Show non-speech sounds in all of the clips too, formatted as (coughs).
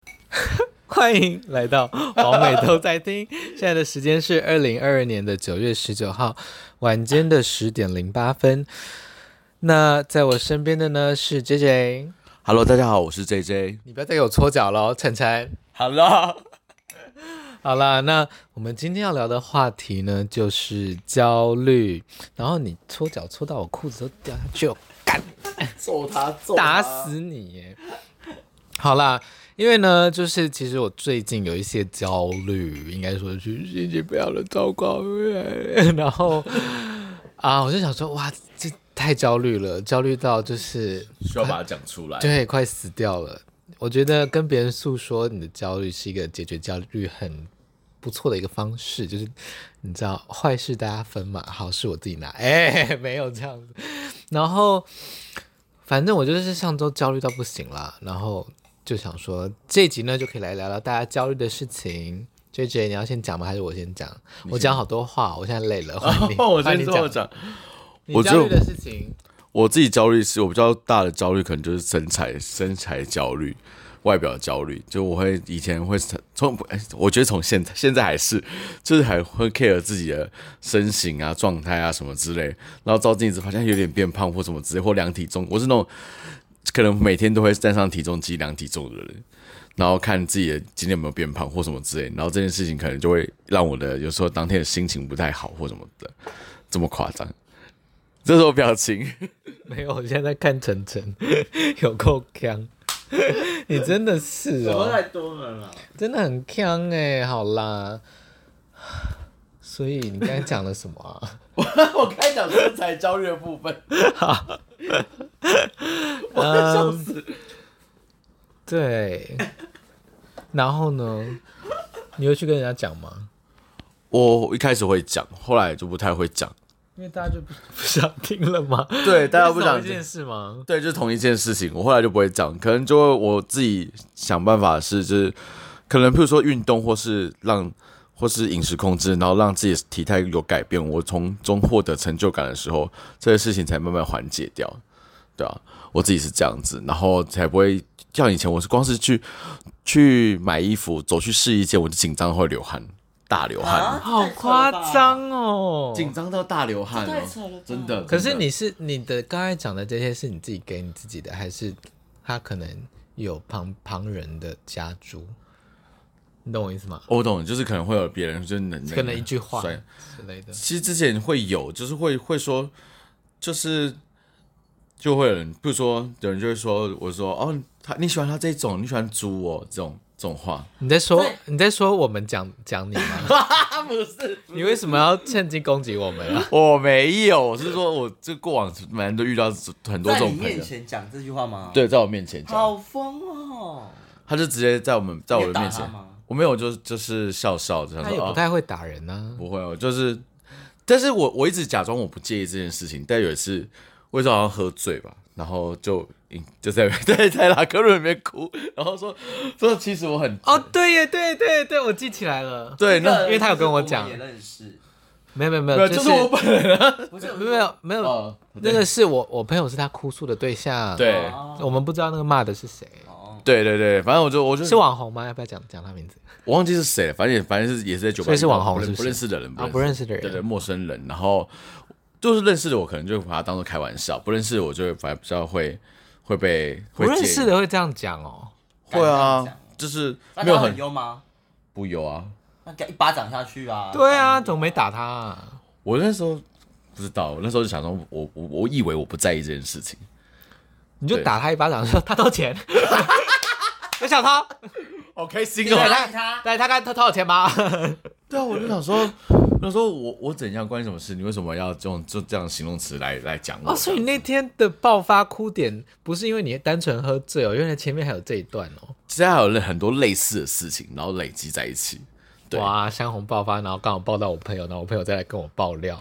(laughs) 欢迎来到王美都在听。现在的时间是二零二二年的九月十九号晚间的十点零八分。那在我身边的呢是 J J， Hello，大家好，我是 JJ。你不要再给我搓脚了哦，晨晨。 Hello，好啦，那我们今天要聊的话题呢就是焦虑。然后你搓脚搓到我裤子都掉下去了，揍他，揍打！死你耶！好啦，因为呢，就是其实我最近有一些焦虑，应该说是心情非常的糟糕，然后啊，我就想说，哇，这太焦虑了，焦虑到就是需要把它讲出来。对，快死掉了。我觉得跟别人诉说你的焦虑是一个解决焦虑很不错的一个方式，就是你知道坏事大家分嘛，好事我自己拿， (laughs) 哎、没有这样子。然后反正我就是上周焦虑到不行啦，然后就想说这集呢就可以来聊聊大家焦虑的事情。J J，你要先讲吗？还是我先讲？我讲好多话，我现在累了。换你 (laughs) 我换先你这么讲，讲，你我焦虑就的事情，我自己焦虑是我比较大的焦虑，可能就是身材身材焦虑、外表焦虑。就我会以前会从，哎我觉得从现在现在还是，就是还会 care 自己的身形啊、状态啊什么之类。然后照镜子发现有点变胖或什么之类，或量体重。我是那种可能每天都会站上体重机量体重的人。然后看自己的今天有没有变胖或什么之类，然后这件事情可能就会让我的有时候当天的心情不太好或什么的，这么夸张，这是我表情。没有，我现在在看晨晨， (laughs) 有够强， (laughs) 你真的是哦，多了啦。真的很强哎、好啦，所以你刚才讲了什么啊？ (laughs) 我刚才讲身材焦虑的部分，我笑死。对，然后呢？你有去跟人家讲吗？我一开始会讲，后来就不太会讲。因为大家就不不想听了吗？对，大家不这想是同一件事吗？对，就是同一件事情，我后来就不会讲，可能就会我自己想办法是，就是可能譬如说运动，或是让或是饮食控制，然后让自己的体态有改变，我从中获得成就感的时候，这些事情才慢慢缓解掉，对啊，我自己是这样子，然后才不会像以前，我是光是去去买衣服，走去试衣间，我就紧张会流汗，大流啊汗，好夸，张哦！紧张到大流汗、哦，太扯了吧真的。可是真的你是你的刚才讲的这些是你自己给你自己的，还是他可能有旁旁人的加注？你懂我意思吗？我懂，就是可能会有别人就是能可能一句话摔之类的。其实之前会有，就是会会说，就是就会有人，比如说有人就会说，我说哦，他你喜欢他这种，你喜欢猪哦，这种这种话，你在说对你在说我们讲讲你吗？不是， (laughs) 你为什么要趁机攻击我们啊？我哦没有，我是说我这过往蛮多遇到很多这在你种朋面友，前讲这句话吗？，对，在我面前讲，好疯哦！他就直接在我们在我你有的打面他前吗，我没有就就是笑笑，就 (laughs) 想他说也不哦太会打人啊呢、不会哦，就是，但是我我一直假装我不介意这件事情，但有一次我一直好像喝醉吧，然后就 (laughs) 嗯就在在 (laughs) 在拉克路里面哭，然后说说其实我很哦，对耶，对对对，我记起来了。对，那这个因为他有跟我人讲也认识，没有没有没没有，有就就是是我本人啊，不是没有没有，哦 (laughs) 那个是我我朋友是他哭诉的对象。，啊对啊我们不知道那个骂的是谁，哦，对对对，反正我就我就是网红吗？要不要讲讲他名字？我忘记是谁了，反正也反正是也是在酒吧所以遇到，是网红不是认不是不认识的人啊，不认识的人。对对，陌生人，然后就是认识的我可能就把他当做开玩笑，不认识的我就会反而比较会会被不会认介意识的会这样讲哦。会啊敢这样讲，就是那没有他很很优吗？不油啊。那给一巴掌下去啊！对啊，怎么没打他、啊？我那时候不知道，我那时候就想说我，我我我以为我不在意这件事情，你就对打他一巴掌，说他偷 (laughs) 钱，有小偷，好开心对对他啊打他对他刚才偷偷我钱吗？ (laughs) 对啊，我就想说，那时候我我怎样关你什么事？你为什么要用就这样形容词来来讲我？哦，所以那天的爆发哭点不是因为你单纯喝醉哦，原来前面还有这一段哦。现在还有很多类似的事情，然后累积在一起。对哇，山洪爆发，然后刚好爆到我朋友，然后我朋友再来跟我爆 (laughs) 料。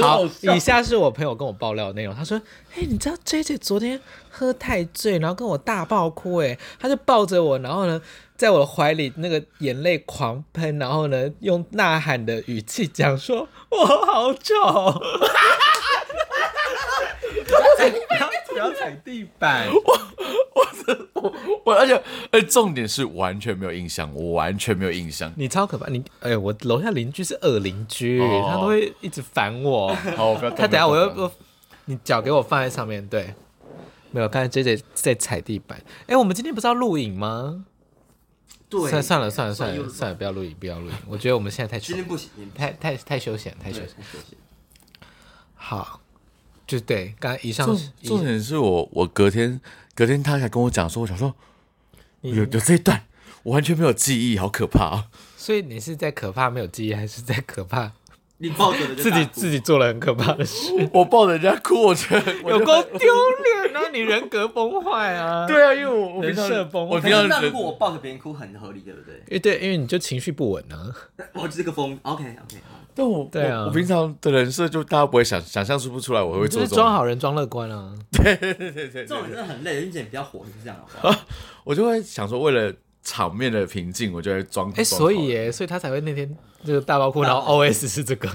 好好，以下是我朋友跟我爆料的内容。他说：“哎、你知道 J J 昨天喝太醉，然后跟我大爆哭、哎，他就抱着我，然后呢，在我的怀里那个眼泪狂喷，然后呢，用呐喊的语气讲说：我好 (laughs) 丑。”不要踩地板，我我而且而且重点是完全没有印象，我完全没有印象。 (laughs) 你超可怕！你哎、我楼下邻居是恶邻居，哦他都会一直烦我。好，我不要 (laughs) 动。他等下我不要又动我，你脚给我放在上面，对，没有，刚才 J J 在踩地板。哎、我们今天不是要录影吗？对，算算了算了算又了算了，不要录影，不要录影。我觉得我们现在太今穷天不行，今天太太太休闲，太不休行闲。对太休息好，就对，刚才以上重是以重点是我我隔天隔天他才跟我讲说，我想说有有这一段，我完全没有记忆，好可怕、啊。 (laughs) 所以你是在可怕没有记忆，还是在可怕你抱着的就自己大哭自己做了很可怕的事？我抱着人家哭，我觉得有够丢脸啊！你人格崩坏啊！对啊，因为我我平常人设崩坏我可平是常哎那如人果我抱着别人哭，很合理，对不对？因为对，因为你就情绪不稳啊。我就是个疯，OK 哦 OK，但我对啊我我平常的人设就大家不会想想象出不出来，我会就做是这装种，好人装乐观啊。这种人真的很累，云姐你不要活成这样好不好？我就会想说为了场面的平静，我就会装。哎、装所以好耶，所以他才会那天这个大包哭，然后 OS 是这个，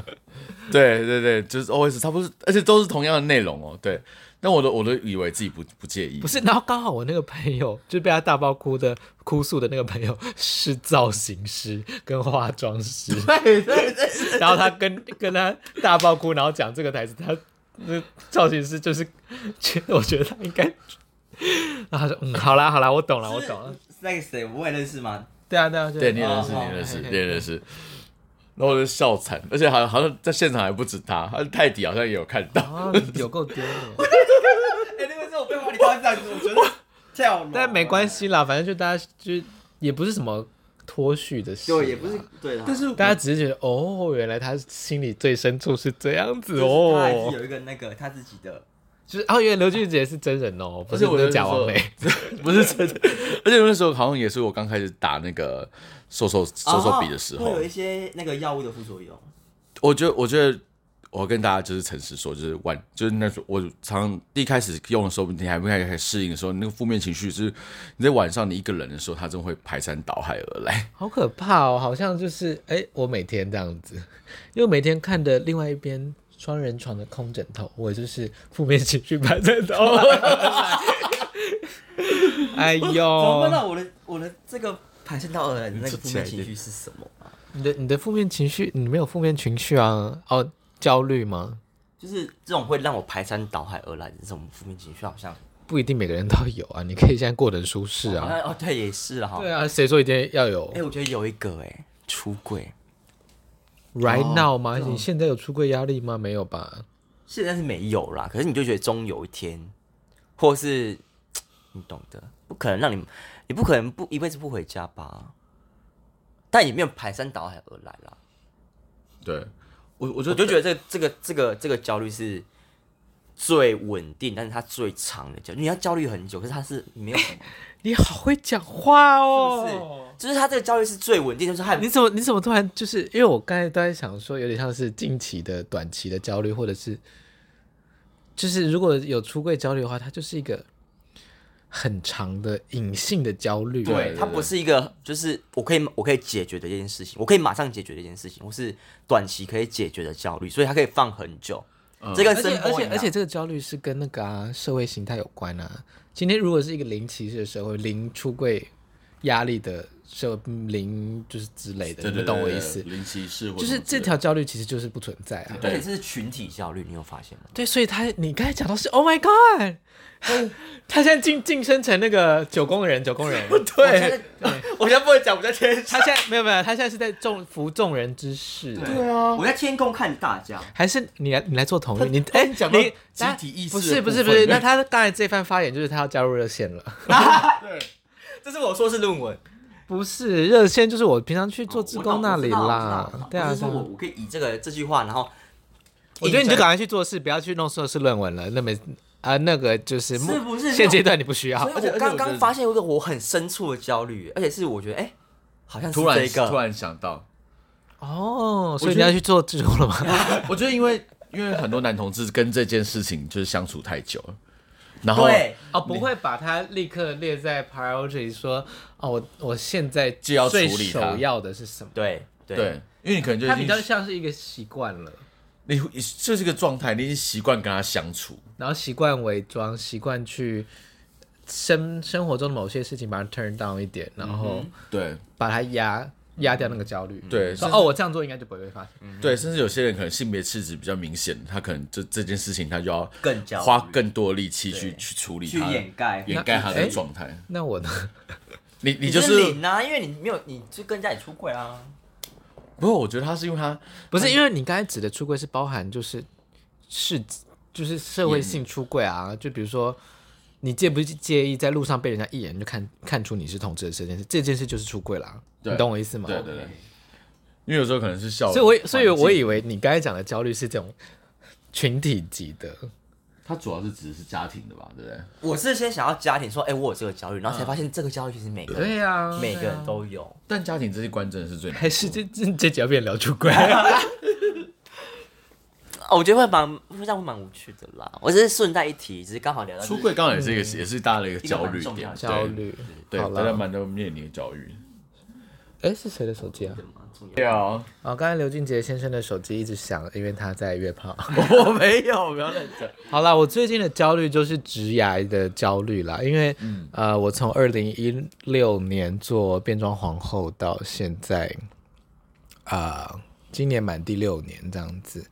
对对对，就是 always 差不多，而且都是同样的内容哦。对，但我都我都以为自己不不介意，不是？然后刚好我那个朋友，就被他大包哭的哭诉的那个朋友是造型师跟化妆师，对对对，然后他跟跟他大包哭，然后讲这个台词，他那造型师就是， (laughs) 觉得我觉得他应该，然后他说嗯，好啦好啦，我懂了我懂了，是那个谁，我也认识吗？对啊对啊，对你也认识，你哦也认识，嘿嘿你也认识。然后我就笑惨，而且好像好像在现场还不止他，他泰迪好像也有看到。啊，有够丢脸。哎，那个时候我被话你刚这样子，我觉得跳楼， (laughs) 但没关，系啦，反正就大家就也不是什么脱序的事啊，对，也不是对啦，但是大家只是觉得哦，原来他心里最深处是这样子他还是哦，有一个那个他自己的，就是哦，原来刘俊杰是真人哦，不而是且我我那的时假候王美， (laughs) (laughs) 不是真的，而且那时候好像也是我刚开始打那个瘦瘦瘦瘦笔的时哦会候有，一些那个药物的副作用。我觉得我觉得我跟大家就是诚实说，就是晚就是那时候我常一开始用的时候，你还没开始适应的时候，那个负面情绪就是你在晚上你一个人的时候，它真的会排山倒海而来。好可怕哦，好像就是哎，我每天这样子，因为每天看的另外一边双人床的空枕头，我就是负面情绪排在头， (laughs) 哎怎么办呦，到我的我的这个排山倒海的那个负面情绪是什么啊？你的你的负面情绪，你没有负面情绪啊？哦，焦虑吗？就是这种会让我排山倒海而来的这种负面情绪，好像不一定每个人都有啊，你可以现在过得很舒适好啊。像哦，对，也是了哈。对啊，谁说一定要有哎、我觉得有一个哎、出柜， right now 吗？你现在有出柜压力吗？没有吧？现在是没有啦，可是你就觉得终有一天，或是你懂得，不可能让你，你不可能不一辈子不回家吧？但也没有排山倒海而来啦。 (laughs) 对，我我我觉就得觉得这个这个这个这个焦虑是最稳定，但是它最长的焦虑。你要焦虑很久，可是它是没有 (laughs) 什么，你好会讲话是不哦！就是它这个焦虑是最稳定，就是它你怎么你怎么突然就是因为我刚才都在想说，有点像是近期的短期的焦虑，或者是就是如果有出柜焦虑的话，它就是一个很长的隐性的焦虑。对它不是一个就是我可以我可以解决的一件事情，我可以马上解决的一件事情，或是短期可以解决的焦虑，所以它可以放很久。这个嗯而且声而波一且样而且这个焦虑是跟那个啊社会形态有关啊。今天如果是一个零歧视的社会，零出柜压力的社会，嗯零就是之类的，对你对们懂我意思？零歧视或就什是么之这类的条焦虑其实就是不存在啊。对而且这是群体焦虑，你有发现吗？对，所以他你刚才讲到是 Oh my God，他现在晋晋升成那个九宫人，九宫人。 (laughs) 对，我现在不能讲，我在天，他现在没有没有，他现在是在众服众人之事。对啊，我在天空看大 (laughs) 家。还是你来你来做同意？你哎，讲到你集体意识不的是不是部不分是，那他刚才这番发言就是他要加入热线了。这是我硕士论文，不是热线，就是我平常去做我志工那里啦。 (laughs) 对啊，就是对哦我啊我可以以这个这句话，然后我觉得你就赶快去做事，不要去弄硕士论文了。那没啊，那个就是目是不是现阶段你不需要所以。啊而且而且我我刚觉刚得发现有一个我很深处的焦虑，而且是我觉得哎、好像是突然这个突然想到，哦，所以我觉得你要去做志工了吗？我觉得因为因为很多男同志跟这件事情就是相处太久了，然后对， (laughs) 哦，不会把它立刻列在 priority 说哦，我我现在就要处最理它首要的是什么？对对对，因为你可能就它比已较经像是一个习惯了，你你这是一个状态，你已经习惯跟他相处，然后习惯伪装，习惯去生生活中的某些事情把它 turn down 一点，然嗯后对把它压压掉那个焦虑。对说甚至嗯哦，我这样做应该就不会被发现。嗯对，甚至有些人可能性别气质比较明显，他可能这这件事情他就要更焦虑花更多力气去对去处理去它，掩盖掩盖他那的哎状态。那我呢？你你就是零啊，因为你没有，你就跟家里出柜啊。不过我觉得他是因为他不是因为你刚才指的出柜是包含就是是就是社会性出柜啊，就比如说你介不介意在路上被人家一眼就看看出你是同志的这件事，这件事就是出柜啦，对你懂我意思吗？对对对，因为有时候可能是笑，所以我所以我以为你刚才讲的焦虑是这种群体级的，他主要是指的是家庭的吧，对不对？我是先想要家庭说，哎、我有这个焦虑，然嗯后才发现这个焦虑其实每个人、啊呀每个人都有。但家庭这些关真的是最难还是这这这集要变聊出柜，哦，我觉得会蛮会这样会蛮无趣的啦。我只是顺带一提，只是刚好聊到出柜，刚好也是一个、也是大家的一个个焦虑蛮重点要，的焦虑。对，好对，大家了，蛮多面临的焦虑。哎，是谁的手机啊？对啊，哦，刚才刘俊杰先生的手机一直响，因为他在约炮。 (laughs) 我没有，不要再讲。好啦，我最近的焦虑就是职涯的焦虑啦，因为、嗯呃，我从二零一六年做变装皇后到现在，啊、今年满第六年这样子，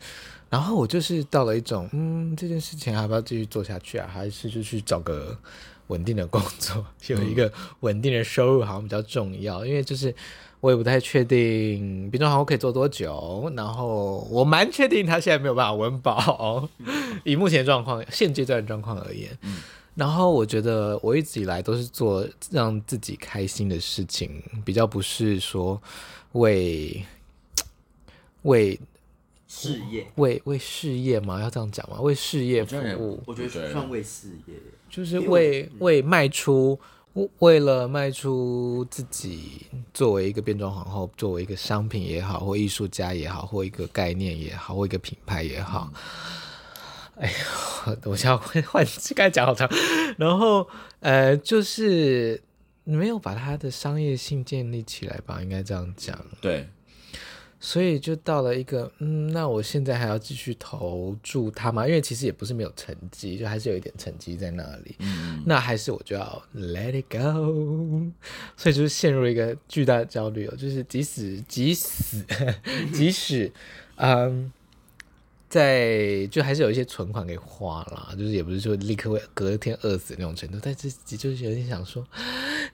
然后我就是到了一种，嗯，这件事情还要不要继续做下去啊？还是就去找个稳定的工作， (laughs) 有一个稳定的收入好像比较重要，因为就是。我也不太确定变装皇后可以做多久，然后我蛮确定他现在没有办法温饱，嗯 (laughs) 以目前状况、现阶段的状况而言，然后我觉得我一直以来都是做让自己开心的事情，比较不是说为为事业，为为事业嘛，要这样讲嘛，为事业服觉得也务，我觉得对算为事业。就是为为卖出，为了卖出自己作为一个变装皇后，作为一个商品也好，或艺术家也好，或一个概念也好，或一个品牌也好。哎呦，我现在换换，刚才讲好长。然后呃，就是没有把它的商业性建立起来吧，应该这样讲。对，所以就到了一个，嗯，那我现在还要继续投注它吗？因为其实也不是没有成绩，就还是有一点成绩在那里。嗯，那还是我就要 let it go，所以就是陷入了一个巨大的焦虑哦，就是即使即使即使，嗯，在就还是有一些存款给花啦，就是也不是说立刻会隔天饿死那种程度，但自己就是有点想说，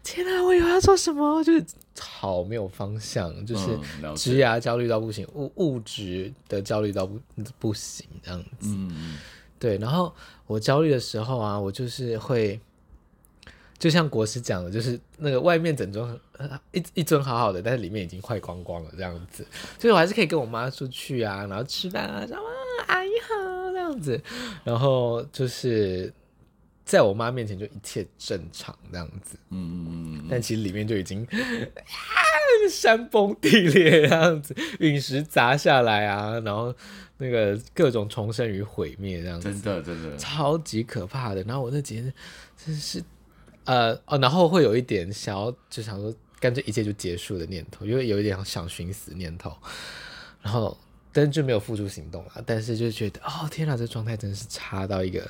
天啊，我以后要做什么？就是好没有方向，就是嗯了解职涯焦虑到不行，物物质的焦虑到不不行这样子。嗯，对，然后我焦虑的时候啊，我就是会，就像国师讲的，就是那个外面整装呃一一尊好好的，但是里面已经坏光光了这样子，所以我还是可以跟我妈出去啊，然后吃饭啊，这样啊，阿姨好这样子，然后就是在我妈面前就一切正常这样子，嗯嗯嗯，但其实里面就已经啊山崩地裂这样子，陨石砸下来啊，然后那个各种重生与毁灭这样子。真的真的，超级可怕的。然后我那几天真是，呃哦，然后会有一点想要就想说，干脆一切就结束的念头，因为有一点想寻死念头，然后但就没有付出行动啊。但是就觉得，哦天哪，这状态真是差到一个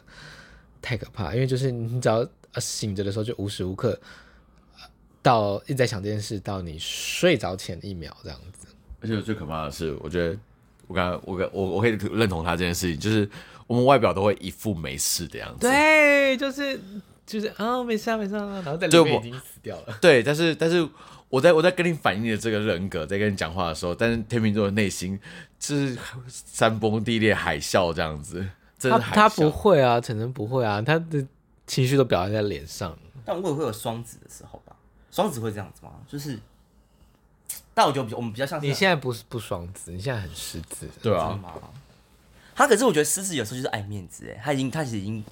太可怕，因为就是你只要、呃、醒着的时候，就无时无刻。呃到一直在想这件事，到你睡着前一秒这样子，而且最可怕的是，我觉得我刚我刚我我可以认同他这件事情，就是我们外表都会一副没事的样子，对，啊就是就是啊、没事啊，没事啊，然后在对里我面已经死掉了。对，但是但是我在我在跟你反映的这个人格，在跟你讲话的时候，但是天秤座的内心是山崩地裂、海啸这样子，真他的海他不啸。会啊，晨晨不会啊，他的情绪都表现在脸上。但我也会有双子的时候吧，双子会这样子吗？就是，但我觉得我比较我们比较像是你现在不是不双子，你现在很狮子。对真的啊，吗？他可是我觉得狮子有时候就是爱面子，哎，他已经他其实已经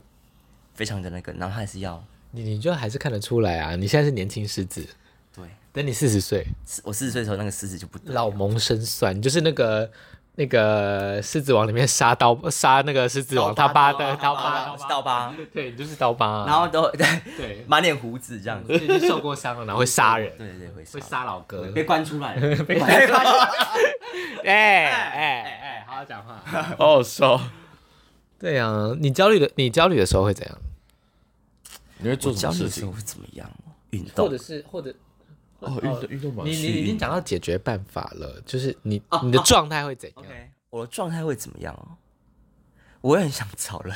非常的那个，然后他还是要你你就还是看得出来啊，你现在是年轻狮子，对。等你四十岁，四我四十岁的时候那个狮子就不对，老谋深算，你就是那个那个狮子王里面杀刀杀那个狮子王他爸的刀疤，刀疤，对，你就是刀疤啊，然后都对对，满脸胡子这样子，对你受过伤了，然后会杀人，对对对，会杀会杀老哥。被关出 (laughs) 来了，被关哎哎哎，好好讲话。好好笑。对啊，你焦虑的你焦虑的时候会怎样？你会我做什焦么虑事的时候情？会怎么样？哦运或动者，是或者哦，运动运动嘛，你你已经讲到解决办法了，就是你啊你的状态会怎样？ OK，我的状态会怎么样哦？我也很想找人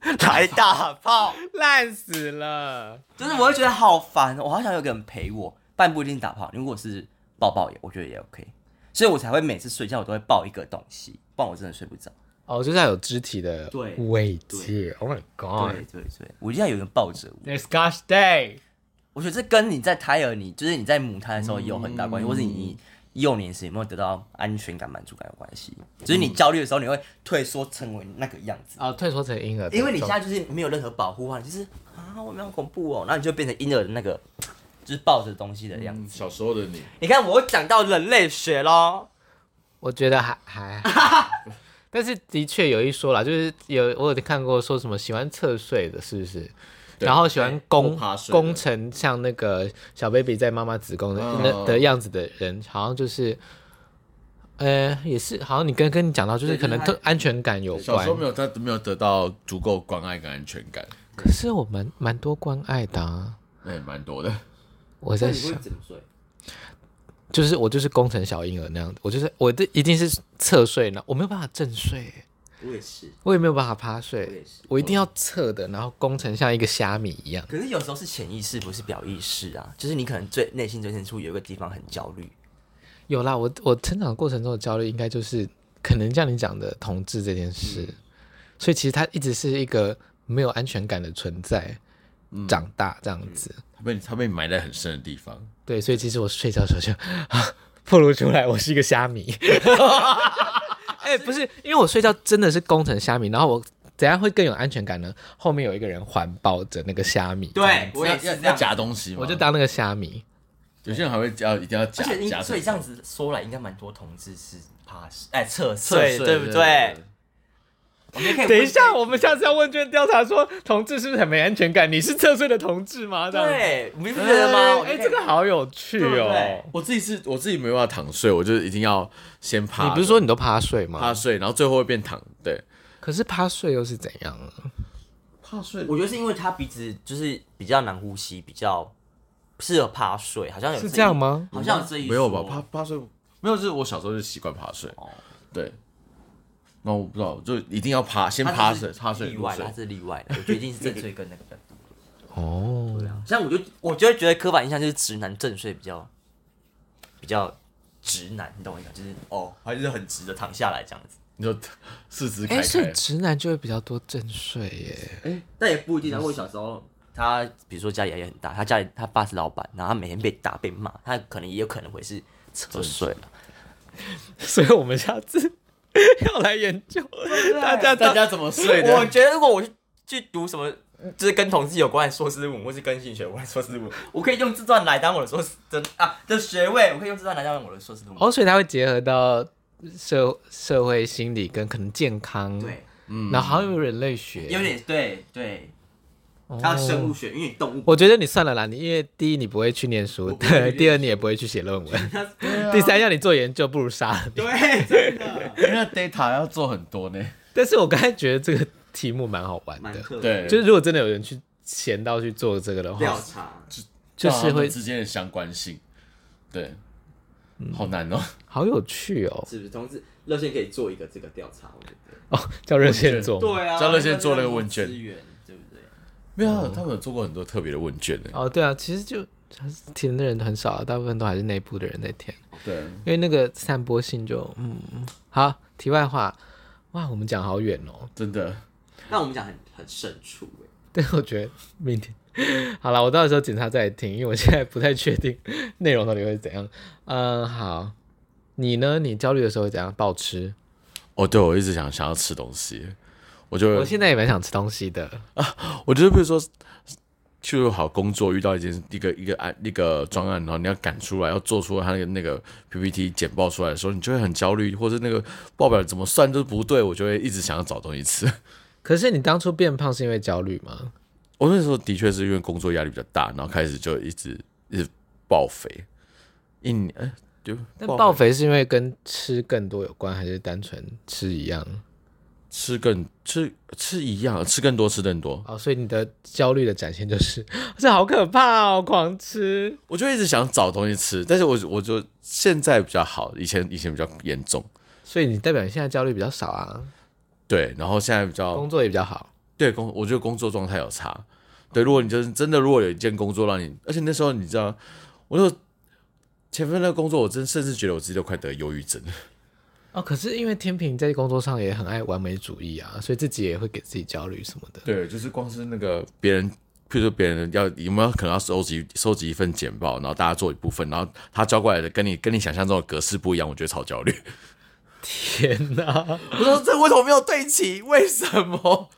(laughs) 来打炮，烂死了，就是我会觉得好烦，哦我好想有个人陪我。但不一定打炮，如果是抱抱也，我觉得也 OK。所以我才会每次睡觉我都会抱一个东西，不然我真的睡不着。哦，就是要有肢体的对慰藉。Oh my 对 god，There's 对对，我一定要有人抱着我。 gosh day。我觉得这跟你在胎儿，你就是你在母胎的时候也有很大关系，或是你幼年时有没有得到安全感、满足感有关系。就是你焦虑的时候，你会退缩成为那个样子，哦，退缩成婴儿的状态，因为你现在就是没有任何保护啊，你就是啊，我没有恐怖哦，然后你就变成婴儿的那个，就是抱着东西的样嗯子。小时候的你，你看，我讲到人类学咯，我觉得还还， (laughs) 但是的确有一说啦，就是有我有看过说什么喜欢侧睡的，是不是？对哎然后喜欢或工爬水的工程，像那个小 baby 在妈妈子宫的、嗯那的样子的人，好像就是，呃，也是好像你跟跟你讲到，就是对可能就是他特安全感有小关时候。没有他没有得到足够关爱跟安全感，可是我蛮蛮多关爱的、啊，那也蛮多的。我在想，怎么睡？就是我就是工程小婴儿那样子，我就是我这一定是侧睡呢，我没有办法正睡、我也是，我也没有办法趴睡，我也是我一定要侧的，然后弓成像一个虾米一样。可是有时候是潜意识，不是表意识啊，就是你可能最内心最深处有一个地方很焦虑，有啦，我我成长过程中的焦虑，应该就是可能像你讲的同志这件事，所以其实它一直是一个没有安全感的存在，长大这样子。他被他被埋在很深的地方，对，所以其实我睡觉的时候就啊，暴露出来我是一个虾米。哎、不是，因为我睡觉真的是工程虾米，然后我怎样会更有安全感呢？后面有一个人环抱着那个虾米，这样子哎我也是要这要样夹东西嘛，我就当那个虾米。有些人还会要一定要夹，而且应夹所以着这样子说来，应该蛮多同志是怕死哎侧侧睡，睡对不对？？我们也可以等一下，我们下次要问卷调查说，同志是不是很没安全感？你是侧睡的同志吗？这样子，对，你不觉得吗？我哎、觉得这个好有趣对不哦对。我自己是我自己没办法躺睡，我就一定要先趴着。你不是说你都趴睡吗？趴睡，然后最后会变躺？对，可是趴睡又是怎样啊？趴睡我觉得是因为他鼻子就是比较难呼吸，比较适合趴睡，好像有是一这样吗好像有这一没有吧？说趴趴睡没有，就是我小时候就习惯趴睡哦。对，那我不知道，就一定要趴，先他这趴是睡，趴睡例入外的，睡他。是例外的，我觉得一定是正睡跟那个比较多。哦，像我就我就会觉得刻板印象就是直男正睡比较比较直男，你懂我意思吗？就是哦，他就是很直的躺下来这样子。你就四肢哎、开所以开，直男就会比较多正睡耶。但也不一定啊。因为我小时候，他比如说家里压力很大，他家里他爸是老板，然后他每天被打被骂，他可能也有可能会是侧睡了。 (laughs) 所以我们下次 (laughs) 要来研究大家大大家家怎么睡我的？觉得如果我去去读什么，就是跟同志有关的硕士论文，或是跟性学有关的硕士论文， (laughs) 我可以用这段来当我的硕士真啊的学位，我可以用这段来当我的硕士论文。哦，所以它会结合到社社会心理跟可能健康，，对，嗯然后还有人类学，有点对对，哦还有生物学，因为动物。我觉得你算了啦，你因为第一你不会去念书，不会去对，念第二你也不会去写论文，第三要你做研究不如杀了你。对， (laughs) 真的因为那 data 要做很多呢。但是我刚才觉得这个题目蛮好玩蛮的，特别对，就是如果真的有人去闲到去做这个的调话，查，就是会之间的相关性，对，好难哦。好有趣哦，是不是？同志热线可以做一个这个调查，我觉得。哦，叫热线做吗，对啊，嗯张乐先做那个问卷资源，对不对？没有啊，他们有做过很多特别的问卷呢。哦，对啊，其实就还是填的人很少啊，大部分都还是内部的人在填，哦对，因为那个散播性就嗯，嗯好，题外话，哇，我们讲好远哦，真的，那我们讲很很深处哎， (laughs) 但我觉得明天好了，我到时候检查再来听，因为我现在不太确定 (laughs) 内容到底会怎样。嗯，好，你呢？你焦虑的时候会怎样？暴吃？哦，对，我一直想想要吃东西，我就我现在也蛮想吃东西的。我觉得，比如说，就好工作遇到一件一个一个案一个专案，然后你要赶出来，要做出他那个那个 PPT 简报出来的时候，你就会很焦虑，或者那个报表怎么算都不对，我就会一直想要找东西吃。可是你当初变胖是因为焦虑吗？我那时候的确是因为工作压力比较大，然后开始就一直一直爆肥，一年哎就但暴肥是因为跟吃更多有关，还是单纯吃一样？吃更吃吃一样，吃更多吃更多。哦，所以你的焦虑的展现 (laughs) 就是，这好可怕哦，狂吃。我就一直想找东西吃，但是我我就现在比较好，以前以前比较严重。所以你代表你现在焦虑比较少啊，对，然后现在比较工作也比较好。对工，我觉得工作状态有差。对，如果你就是真的，如果有一件工作让你，而且那时候你知道，我就前面那个工作，我真甚至觉得我自己都快得忧郁症了。哦，可是因为天平在工作上也很爱完美主义啊，所以自己也会给自己焦虑什么的。 (laughs) 对，就是光是那个 (laughs) 别人，譬如说别人要有没有可能要收集收集一份简报，然后大家做一部分，然后他交过来的跟你跟你想象中的格式不一样，我觉得超焦虑。 (laughs) (laughs) 天哪，我说这为什么没有对齐？为什么？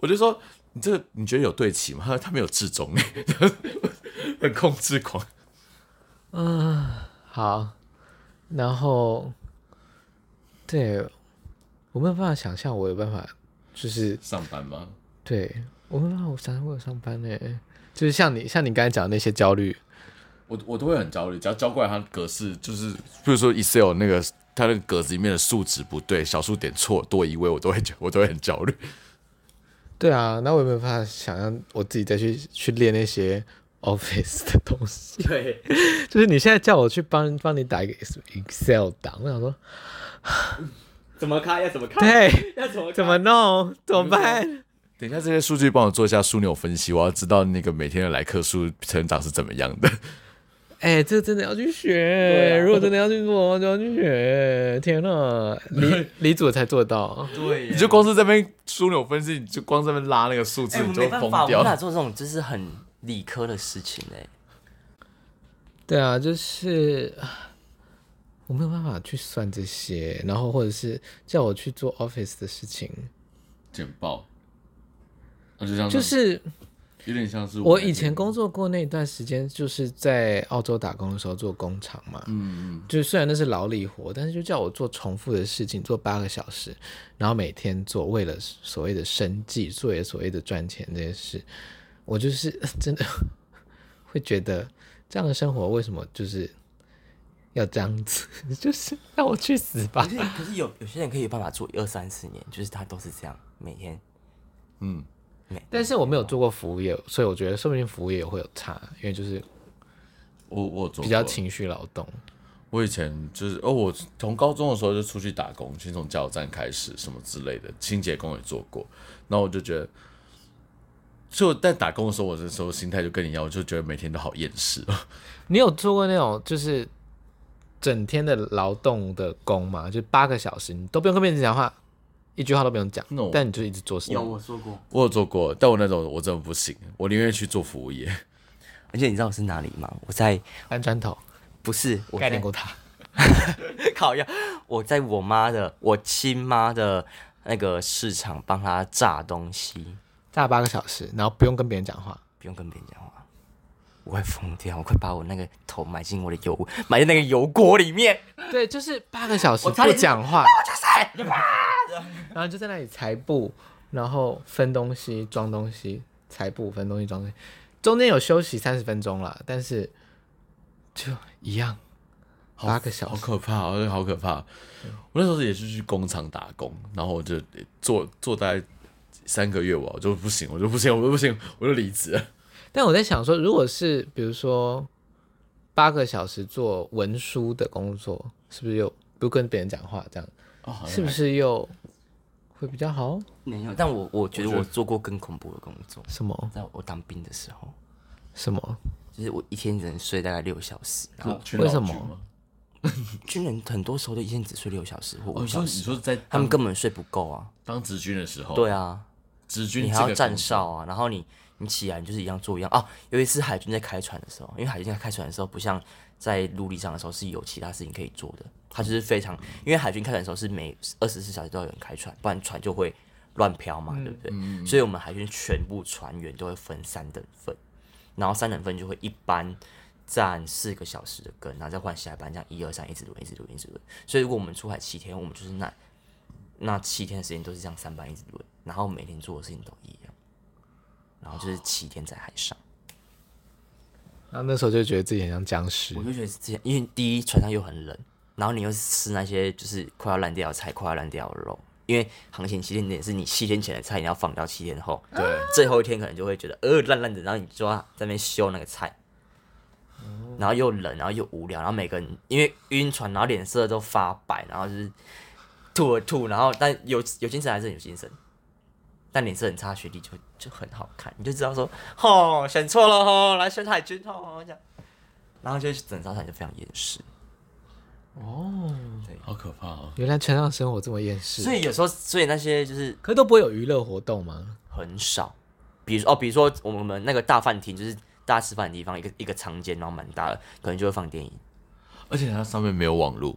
我就说你这个你觉得有对齐吗？他说他没有至中，欸 (laughs) 很控制狂。好，然后，对，我没有办法想象我有办法，就是上班吗？对我没有办法，我想象我有上班呢，就是像你像你刚才讲的那些焦虑，我我都会很焦虑，只要交过来他的格式就是，比如说 Excel 那个他那个格子里面的数值不对，小数点错多一位，我都会觉我都会很焦虑。对啊，那我也没有办法想象我自己再去去练那些 (laughs) Office 的东西。 (laughs) 对，就是你现在叫我去帮帮你打一个 Excel 档，我想说，怎么开要怎么开，对，要怎么怎么弄，怎么办？等一下这些数据帮我做一下枢纽分析，我要知道那个每天的来客数成长是怎么样的。 (laughs) 哎、这个真的要去对学，啊如果真的要去做，就要去学。天哪， (laughs) 李李主才做到，对耶，你就光是这边枢纽分析，你就光这边拉那个数字，哎，你我们就没会办疯法，我们掉无。法做这种就是很理科的事情哎。对啊，就是啊我没有办法去算这些，然后或者是叫我去做 Office 的事情，简报，那就像就是有点像是我以前工作过那一段时间，就是在澳洲打工的时候做工厂嘛，嗯，嗯，就虽然那是劳力活，但是就叫我做重复的事情，做八个小时，然后每天做，为了所谓的生计，做为了所谓的赚钱这些事，我就是 (laughs) 真的会觉得这样的生活为什么就是要这样子， (laughs) 就是让我去死吧可！是可是有有些人可以有办法做一二三四年，就是他都是这样，每天嗯，每但是我没有做过服务业，所以我觉得说不定服务业也会有差，因为就是我我有做比较过情绪劳动。我以前就是哦，我从高中的时候就出去打工，先从加油站开始，什么之类的，清洁工也做过。然后我就觉得，所以我在打工的时候，我那时候心态就跟你一样，我就觉得每天都好厌世。 (laughs) 你有做过那种就是整天的劳动的工吗？就八个小时，你都不用跟别人讲话，一句话都不用讲 No 但你就一直做事。说过，我有做过，但我那种我真的不行，我宁愿去做服务业。 (laughs) 而且你知道我是哪里吗？我在搬砖头，不是我盖在炼 (laughs) 骨塔。烤鸭，我在我妈的我亲妈的那个市场帮她炸东西，炸八个小时，然后不用跟别人讲话。不用跟别人讲话，我会疯掉，我快把我那个头埋进我的油埋在那个油锅里面，对，就是八个小时我差不点讲话，就是然后就在那里裁布，然后分东西、装东西、裁布、分东西、装东西，中间有休息三十分钟啦，但是就一样，好哦八个小好时。可怕，我觉得好可怕。我那时候也是去工厂打工，然后我就做做大概三个月吧，我就不行，我就不行，我就不行，我就离职了。但我在想说，如果是比如说八个小时做文书的工作，是不是又不跟别人讲话这样，哦，好像是不还是又会比较好？没有，但我我觉得我觉得我做过更恐怖的工作，什么在我当兵的时候，什么？就是我一天只能睡大概六小时，然后去为闹什么剧吗？军人很多时候都一天只睡六小时或哦，哦五你说小你时，说在他当们根本睡不够啊。当职军的时候，对啊，直军你这还个要站工作哨啊，然后你你起来你就是一样做一样啊。尤其是海军在开船的时候，因为海军在开船的时候不像在陆地上的时候是有其他事情可以做的，它就是非常，因为海军开船的时候是每二十四小时都要有人开船，不然船就会乱飘嘛，对不嗯对？所以我们海军全部船员都会分三等份，然后三等份就会一班。站四个小时的跟，然后再换下一班，这样一二三一直轮，一直轮，一直轮。所以如果我们出海七天，我们就是那那七天的时间都是这样三班一直轮，然后每天做的事情都一样，然后就是七天在海上。然后那时候就觉得自己很像僵尸我，就觉得是这样，因为第一船上又很冷，然后你又是吃那些就是快要烂掉的菜、快要烂掉的肉，因为航行七天点是你七天前的菜，你要放到七天后，对，最后一天可能就会觉得呃烂烂的，然后你就要在那边修那个菜，然后又冷，然后又无聊，然后每个人因为晕船，然后脸色都发白，然后就是吐了吐，然后但有有精神还是很有精神，但脸色很差，学弟就就很好看，你就知道说哦选错了哦，来选海军哦这样，然后就整艘船就非常厌世，好可怕哦！原来船上生活这么厌世，所以有时候所以那些就是可是都不会有娱乐活动吗？很少。比如说哦，比如说我们那个大饭厅，就是大家吃饭的地方，一个一个长间，然后蛮大的，可能就会放电影，而且它上面没有网路，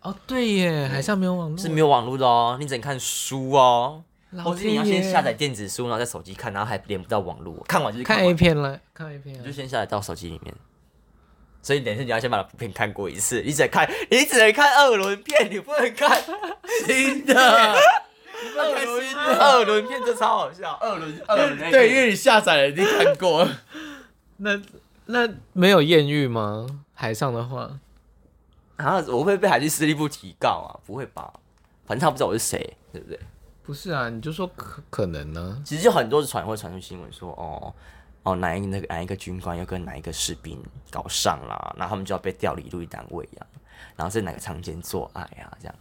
哦，对耶，海上没有网络，是没有网络的哦，你只能看书哦，老或是天你爷，要先下载电子书，然后在手机看，然后还连不到网络，看完就是看完 A 片了，看 A 片你啊就，先下载到手机里面。所以等一下你要先把片看过一次，你只能看，你只能看二轮片，你不能看新的。二轮二轮片就超好笑，二轮二轮那个对，因为你下载了，你看过，那那没有艳遇吗？海上的话，啊，我会不会被海军司令部提告啊？不会吧？反正他不知道我是谁，对不对？不是啊，你就说可可能呢、其实就很多船会传出新闻说，哦哦，哪一那个哪一个军官又跟哪一个士兵搞上啦，然后他们就要被调离陆役单位呀、然后在哪个场间做爱啊，这样。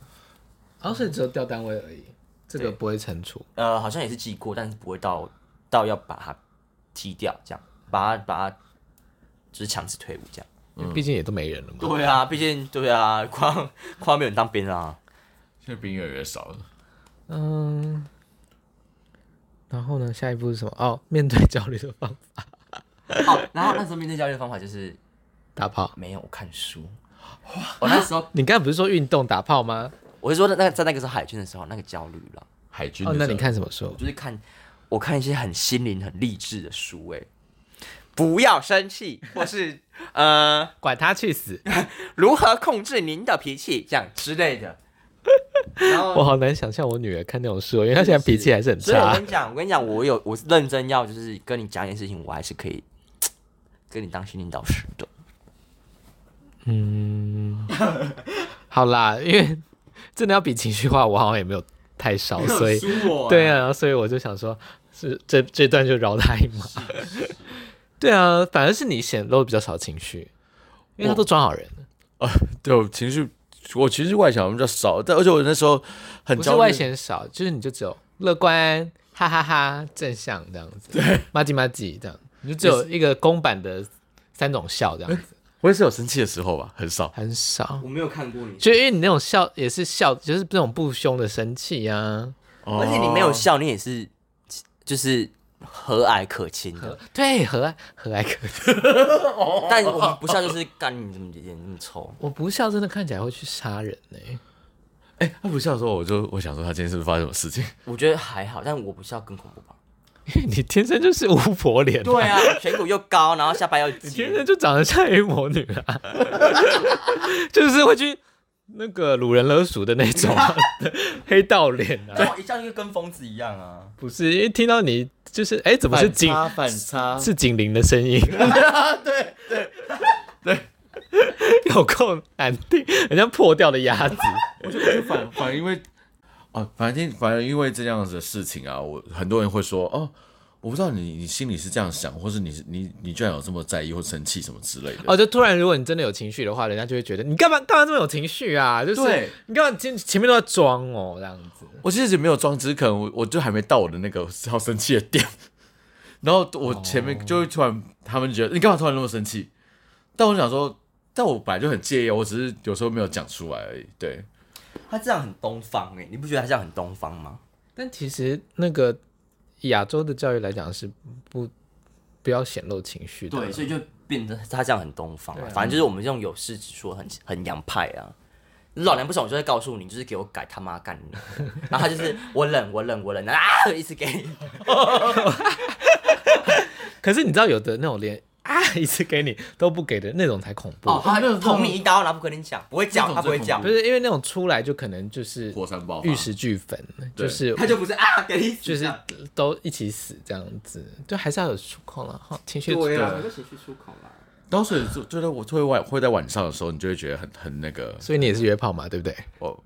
啊，哦，所以只有调单位而已，这个对不会惩处。呃，好像也是记过，但是不会到到要把他踢掉，这样，把他把他就是强制退伍这样。因为毕竟也都没人了嘛。对啊，毕竟对啊，光光没有人当兵啊。现在兵越来越少了。嗯，然后呢？下一步是什么？哦，面对焦虑的方法，哦，然后那时候面对教育的方法就是打炮。没有看书。 (laughs) 我那时候 (laughs) 你刚才不是说运动打炮吗？我是说那那在那个时候海军的时候，那个焦虑了，海军的哦，时候，那你看什么书我？就是看我看一些很心灵、很励志的书，哎，不要生气，或 (laughs) 是呃管他去死！如何控制您的脾气这样之类的。 (laughs) 然后我好难想象我女儿看那种书，因为她现在脾气还哦是很啊所以我差跟。你讲，我跟你讲，我有我是认真要就是跟你讲一件事情，我还是可以跟你当心灵导师的。好啦，因为真的要比情绪化，我好像也没有太少，哦所以我对啊，所以我就想说，是这这段就饶他一马。对啊，反而是你显露比较少情绪，因为他都装好人，对，我情绪，我其实外向比较少，但而且我那时候很不是焦外虑，显少，就是你就只有乐观，哈哈哈正向这样子，对，麻吉麻吉这样，你就只有一个公版的三种笑这样子，我也是有生气的时候吧，很少。很少。没有看过你，就因为你那种笑也是笑，就是这种不凶的生气啊，而而且你没有笑，你也是就是和蔼可亲的。对，和蔼和蔼可亲。但我 (laughs) 们不笑就是干你怎么脸那么臭？我不笑真的看起来会去杀人欸呢、哎，他不笑的时候，我就我想说他今天是不是发生什么事情？我觉得还好，但我不笑更恐怖吧？因为你天生就是巫婆脸、对啊， (laughs) 颧骨又高，然后下巴又天尖生，就长得像黑魔女啊， (laughs) 就是会去那个掳人勒赎的那种、 (laughs) 啊、黑道脸啊。对，一笑就跟疯子一样啊。不是，因为听到你就是哎、怎么是警反差是警铃的声音？ (laughs) 对对 (laughs) 对，有够难听，很像破掉的鸭子。 (laughs) 反反因为哦，反正反正因为这样子的事情啊，我很多人会说哦，我不知道你你心里是这样想，或是你是你你居然有这么在意或生气什么之类的。 (laughs) 哦，就突然如果你真的有情绪的话，人家就会觉得你干嘛干嘛这么有情绪啊？就是对你干嘛前前面都在装哦这样子。我其实也没有装，只是可能我我就还没到我的那个要生气的点， (laughs) 然后我前面就会突然他们觉得你干嘛突然那么生气？但我想说，但我本来就很介意，我只是有时候没有讲出来而已。对，他这样很东方哎、你不觉得他这样很东方吗？但其实那个亚洲的教育来讲是不不要显露情绪的，对，所以就变得他这样很东方、啊。反正就是我们这种有事直说很，很洋派啊。老娘不爽，我就会告诉你，就是给我改他妈干你。然后他就是我冷，我冷，我冷啊，一直给你。可是你知道有的那种连啊一次给你都不给的那种才恐怖，哦，他那种捅你一刀，然后不跟你讲，不会那讲，种他不会最讲不，是因为那种出来就可能就是火山爆发玉，石俱焚，就对是他就不是啊，给你就就是都一起死这样子，就还是要有出口了哈，情绪对啊，对就情绪出口啦。当时就觉得我会晚会在晚上的时候，你就会觉得很很那个所以你也是约炮嘛，对不对？哦，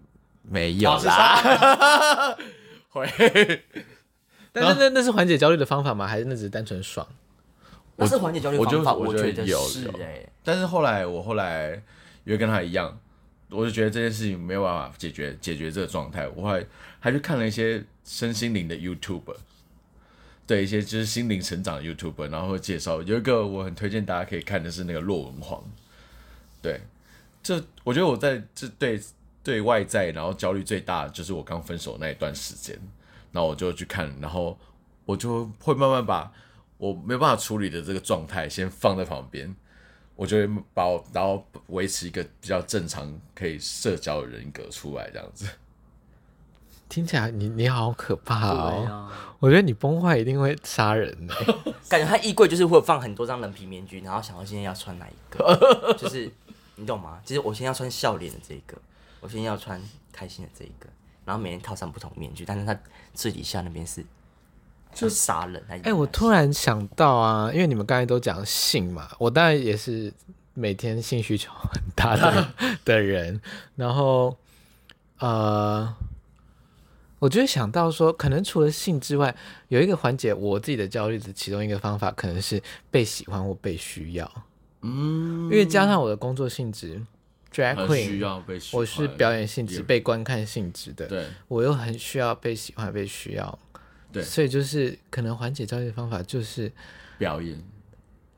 没有啦，啊会，但是那那是缓解焦虑的方法吗？还是那只是单纯爽？那是缓解焦虑我方法，就我我觉得得有是有哎、但是后来我后来也跟他一样，我就觉得这件事情没有办法解决解决这个状态，我后来还去看了一些身心灵的 YouTuber，对一些就是心灵成长的 YouTuber，然后会介绍有一个我很推荐大家可以看的是那个骆文煌，对，这我觉得我在这对对外在然后焦虑最大的就是我刚分手那一段时间，然后我就去看，然后我就会慢慢把。我没办法处理的这个状态，先放在旁边，我就会把我，然后维持一个比较正常可以社交的人格出来，这样子。听起来你你好可怕对哦！啊，我觉得你崩坏一定会杀人的、感觉他衣柜就是会有放很多张人皮面具，然后想要今天要穿哪一 (laughs) 个，就是你懂吗？其实我先要穿笑脸的这一个，我先要穿开心的这一个，然后每天套上不同的面具，但是他最底下那边是就杀人。哎哎、我突然想到啊，因为你们刚才都讲性嘛，我当然也是每天性需求很大 (laughs) 的的人，然后呃，我就会想到说，可能除了性之外，有一个缓解我自己的焦虑的其中一个方法，可能是被喜欢或被需要，嗯因为加上我的工作性质，drag 很 queen，需要被喜欢我是表演性质、被观看性质的，对我又很需要被喜欢、被需要，对所以就是可能缓解焦虑的方法就是表演，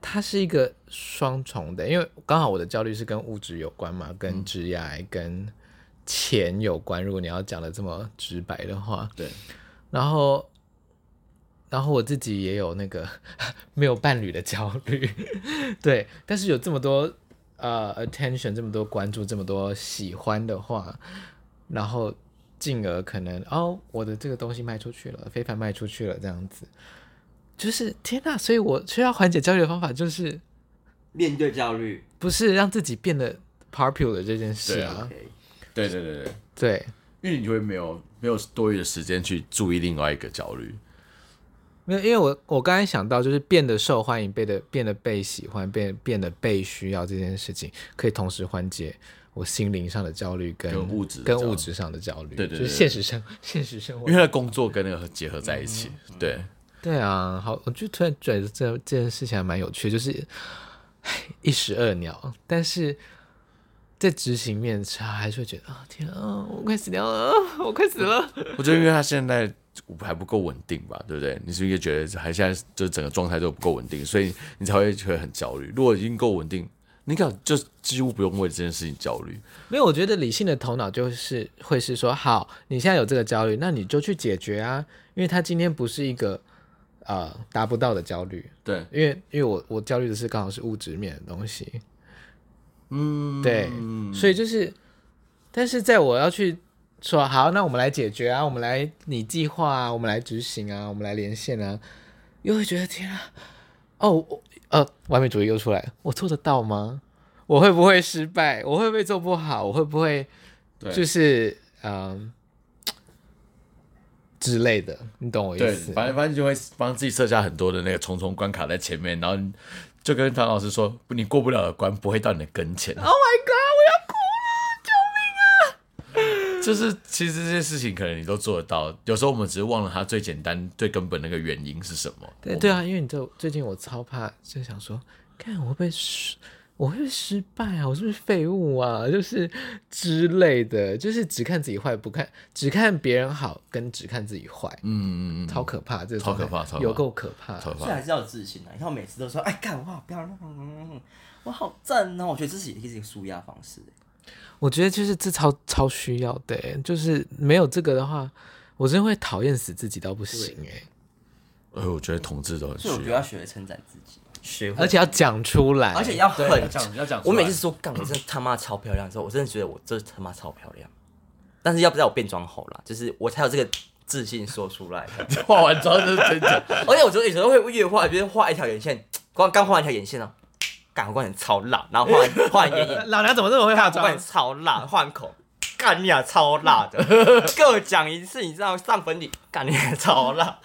它是一个双重的，因为刚好我的焦虑是跟物质有关嘛，跟职业、跟钱有关。如果你要讲的这么直白的话，对，然后，然后我自己也有那个 (laughs) 没有伴侣的焦虑， (laughs) 对。但是有这么多呃 attention，这么多关注，这么多喜欢的话，然后进而可能哦，我的这个东西卖出去了，非凡卖出去了，这样子，就是天呐！所以我需要缓解焦虑的方法就是面对焦虑不是让自己变得 popular 这件事对啊啊，对对对对，对。因为你就会没有没有多余的时间去注意另外一个焦虑。没有，因为我我刚才想到，就是变得受欢迎，变得变得被喜欢，变变得被需要这件事情，可以同时缓解我心灵上的焦虑跟跟物质的跟焦虑物质上的焦虑，对对对就是现实生 (laughs) 现实生活因为。他的工作跟那个结合在一起，嗯对，对啊，好，我就突然觉得这这件事情还蛮有趣，就是 (sighs) 唉一石二鸟，但是在执行面上还是会觉得啊、天啊，我快死掉了，啊我快死了。我觉得因为他现在还不够稳定吧，对不对？你是不是觉得还现在就整个状态都不够稳定，所以你才会觉得很焦虑？如果已经够稳定，你可就几乎不用为这件事情焦虑。没有，我觉得理性的头脑就是会是说，好，你现在有这个焦虑，那你就去解决啊，因为他今天不是一个呃达不到的焦虑，对，因为因为我我焦虑的是刚好是物质面的东西，嗯，对，所以就是，但是在我要去说好，那我们来解决啊，我们来拟计划啊，我们来执行啊，我们来连线啊，又会觉得天啊，哦，我呃，完美主义又出来了，我做得到吗？我会不会失败？我会不会做不好？我会不会对就是嗯、之类的？你懂我意对，思？反正反正就会帮自己设下很多的那个重重关卡在前面，然后你就跟唐老师说，不你过不了的关不会到你的跟前。 Oh my god！就是其实这些事情可能你都做得到，有时候我们只是忘了它最简单、最根本那个原因是什么。我要对对啊，因为你知道最近我超怕，就想说，看我会不会失，我会不会失败啊？我是不是废物啊？就是之类的，就是只看自己坏，不看只看别人好，跟只看自己坏，嗯嗯嗯，超可怕，这个超状态可怕超可怕有够可怕。超所以还是要啊有自信的。你看我每次都说，哎，干我好漂亮，嗯我好赞哦！我觉得这是也是一个舒压方式。我觉得就是这超超需要的欸、就是没有这个的话，我真的会讨厌死自己到不行哎、哎，我觉得同志都很需所以我觉得要 (laughs) 要。学会称赞自己，学而且要讲出来，而且要对，要很讲要讲出我来，每次说干，我真的他妈超漂亮的时候，我真的觉得我这他妈超漂亮。但是要不在我变装后啦，就是我才有这个自信说出来。化完妆就是真的，而且我觉得有时候会越画，就是画一条眼线，刚刚画一条眼线啊，干我感觉超辣，然后画完画完眼影，老娘怎么这么会化我感觉超辣，换口。干你啊，超辣的！各讲一次，你知道上粉底，干你啊，超辣。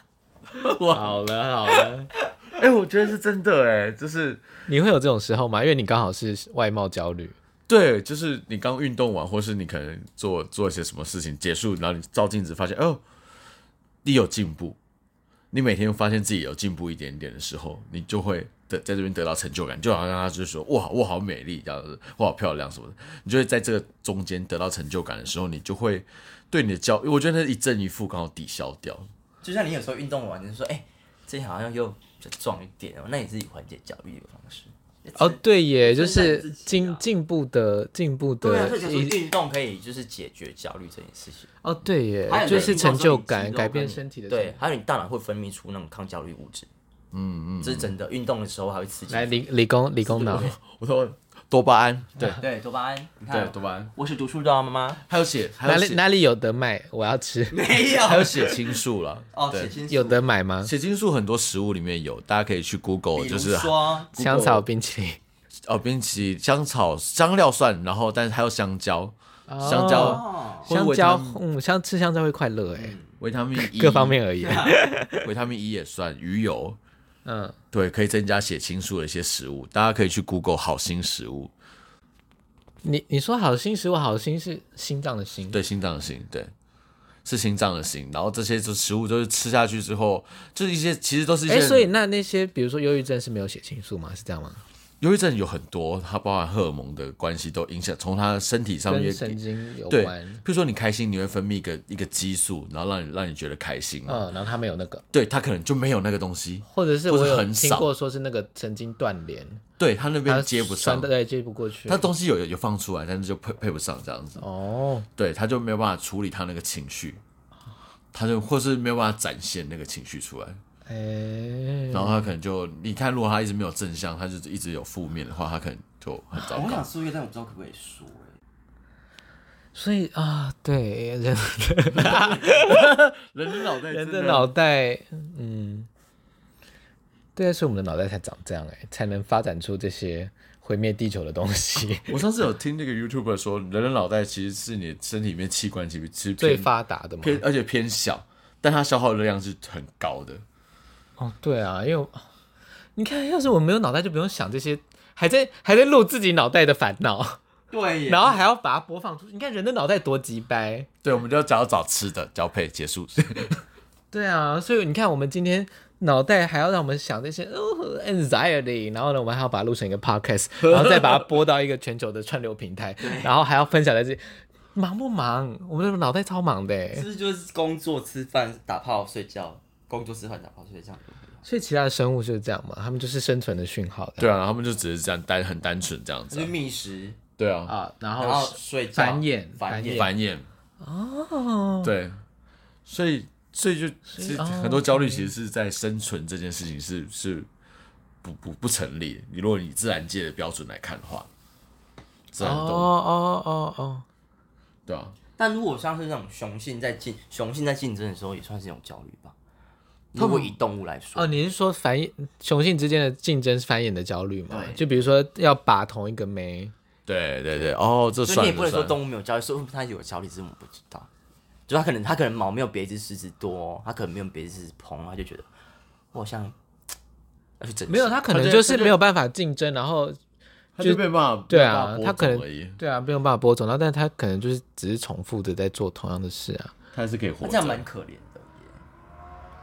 好了好了， (laughs) 哎，我觉得是真的哎，就是你会有这种时候吗？因为你刚好是外貌焦虑，对，就是你刚运动完，或是你可能做做一些什么事情结束，然后你照镜子发现，哦，你有进步，你每天发现自己有进步一点点的时候，你就会得在这边得到成就感，就好像他就是说，哇，我好美丽这样子，我好漂亮什么的，你就会在这个中间得到成就感的时候，你就会对你的焦，我觉得那一正一负刚好抵消掉。 (laughs) 就像你有时候运动完，你就说，哎、最近好像又就壮一点哦，那也是缓解焦虑的方式。哦，对耶，就称赞是自己啊进进步的进步对啊，的所以就是一运动可以就是解决焦虑这件事情。哦，对耶还有，就你是运动成的时就候你肌感，肉改跟变你身体的对，还有你大脑会分泌出那种抗焦虑物质，嗯嗯，这是真的。运动的时候还会刺激，来理理工理工脑，我说多巴胺，对对多巴胺，你对看，多巴胺，我是读书的啊妈妈，还有写还哪有里写哪里有得卖？我要吃， (laughs) 没有还有写青素了，哦，对写清楚，有得买吗？血清素很多食物里面有，大家可以去 Google，比就如是说香草冰淇 (laughs) 淋，哦，冰淇淋香草、香料算，然后但是还有香蕉、香蕉、哦，或者香维蕉他命，嗯，香吃香蕉会快乐嗯哎，维他命 E (laughs) 各方，面而言，维他命 E 也算，鱼油，嗯，对，可以增加血清素的一些食物，大家可以去 Google 好心食物，你你说好心食物，好心是心脏的心，对，心脏的心，对。是心脏的心，然后这些就食物都是吃下去之后，就是一些其实都是一些哎，所以那那些比如说忧郁症是没有血清素吗？是这样吗？忧郁症有很多，它包含荷尔蒙的关系都影响，从他身体上面跟神经有对，关，比如说你开心，你会分泌一个一个激素，然后让你让你觉得开心嘛。嗯，然后他没有那个，对他可能就没有那个东西，或者是或者我有很听少过说是那个神经断连，对他那边接不上它，对，接不过去他，东西有有有放出来，但是就配配不上这样子，哦，对，他就没有办法处理他那个情绪，他就或是没有办法展现那个情绪出来，哎，然后他可能就你看，如果他一直没有正向，他就一直有负面的话，他可能就很糟我糕想。说一个，但我不知道可不可以说。欸所以啊，对 (laughs) 人人的脑袋，人的脑袋，嗯，对，所以我们的脑袋才长这样哎、才能发展出这些毁灭地球的东 (laughs) 西。我上次有听那个 YouTuber 说，人的脑袋其实是你身体里面器官其实其实最偏发达的嘛，偏而且偏小，但它消耗的量是很高的。哦，对啊，因为我你看，要是我没有脑袋，就不用想这些，还在还在录自己脑袋的烦 (laughs) 恼，对耶，然后还要把它播放出去。你看人的脑袋多鸡掰，对，我们就要找找吃的交配结束。对啊，所以你看，我们今天脑袋还要让我们想这些哦 anxiety，然后呢，我们还要把它录成一个 (laughs) podcast，然后再把它播到一个全球的串流平台，然后还要分享在这里，忙不忙？我们的脑袋超忙的欸，是就是工作、吃饭、打炮、睡觉，工作、吃饭、打炮、睡觉。所以其他的生物就是这样嘛，他们就是生存的讯号的对啊，他们就只是这样单很单纯这样子就是啊。觅食，对啊，啊，然然后后睡觉，繁衍繁衍，繁衍。哦，对，所以所以就以是哦很多焦虑其实是在生存这件事情是是不不不成立的。你如果以自然界的标准来看的话，自哦然的动物哦哦哦，对啊，但如果像是那种雄性在竞雄性在竞争的时候，也算是一种焦虑吧。他如们呃果以动物来说，哦，你是说繁衍雄性之间的竞争是繁衍的焦虑嘛？对就比如说要把同一个酶，对对对，哦，这所算以你也不了能说算了。动物没有焦虑，说不定它有焦虑，只是我们不知道。就它可能它可能毛没有别只狮子多，哦它可能没有别只狮子蓬，它就觉得我好像要去整形没有，他可他能就就是他就没有办法竞争，然后他就没办法，对啊没办法播他可能种而已，对啊，没有办法播种，然后但他可能就是只是重复的在做同样的事啊，他还是可以那活这样着蛮。可怜的耶。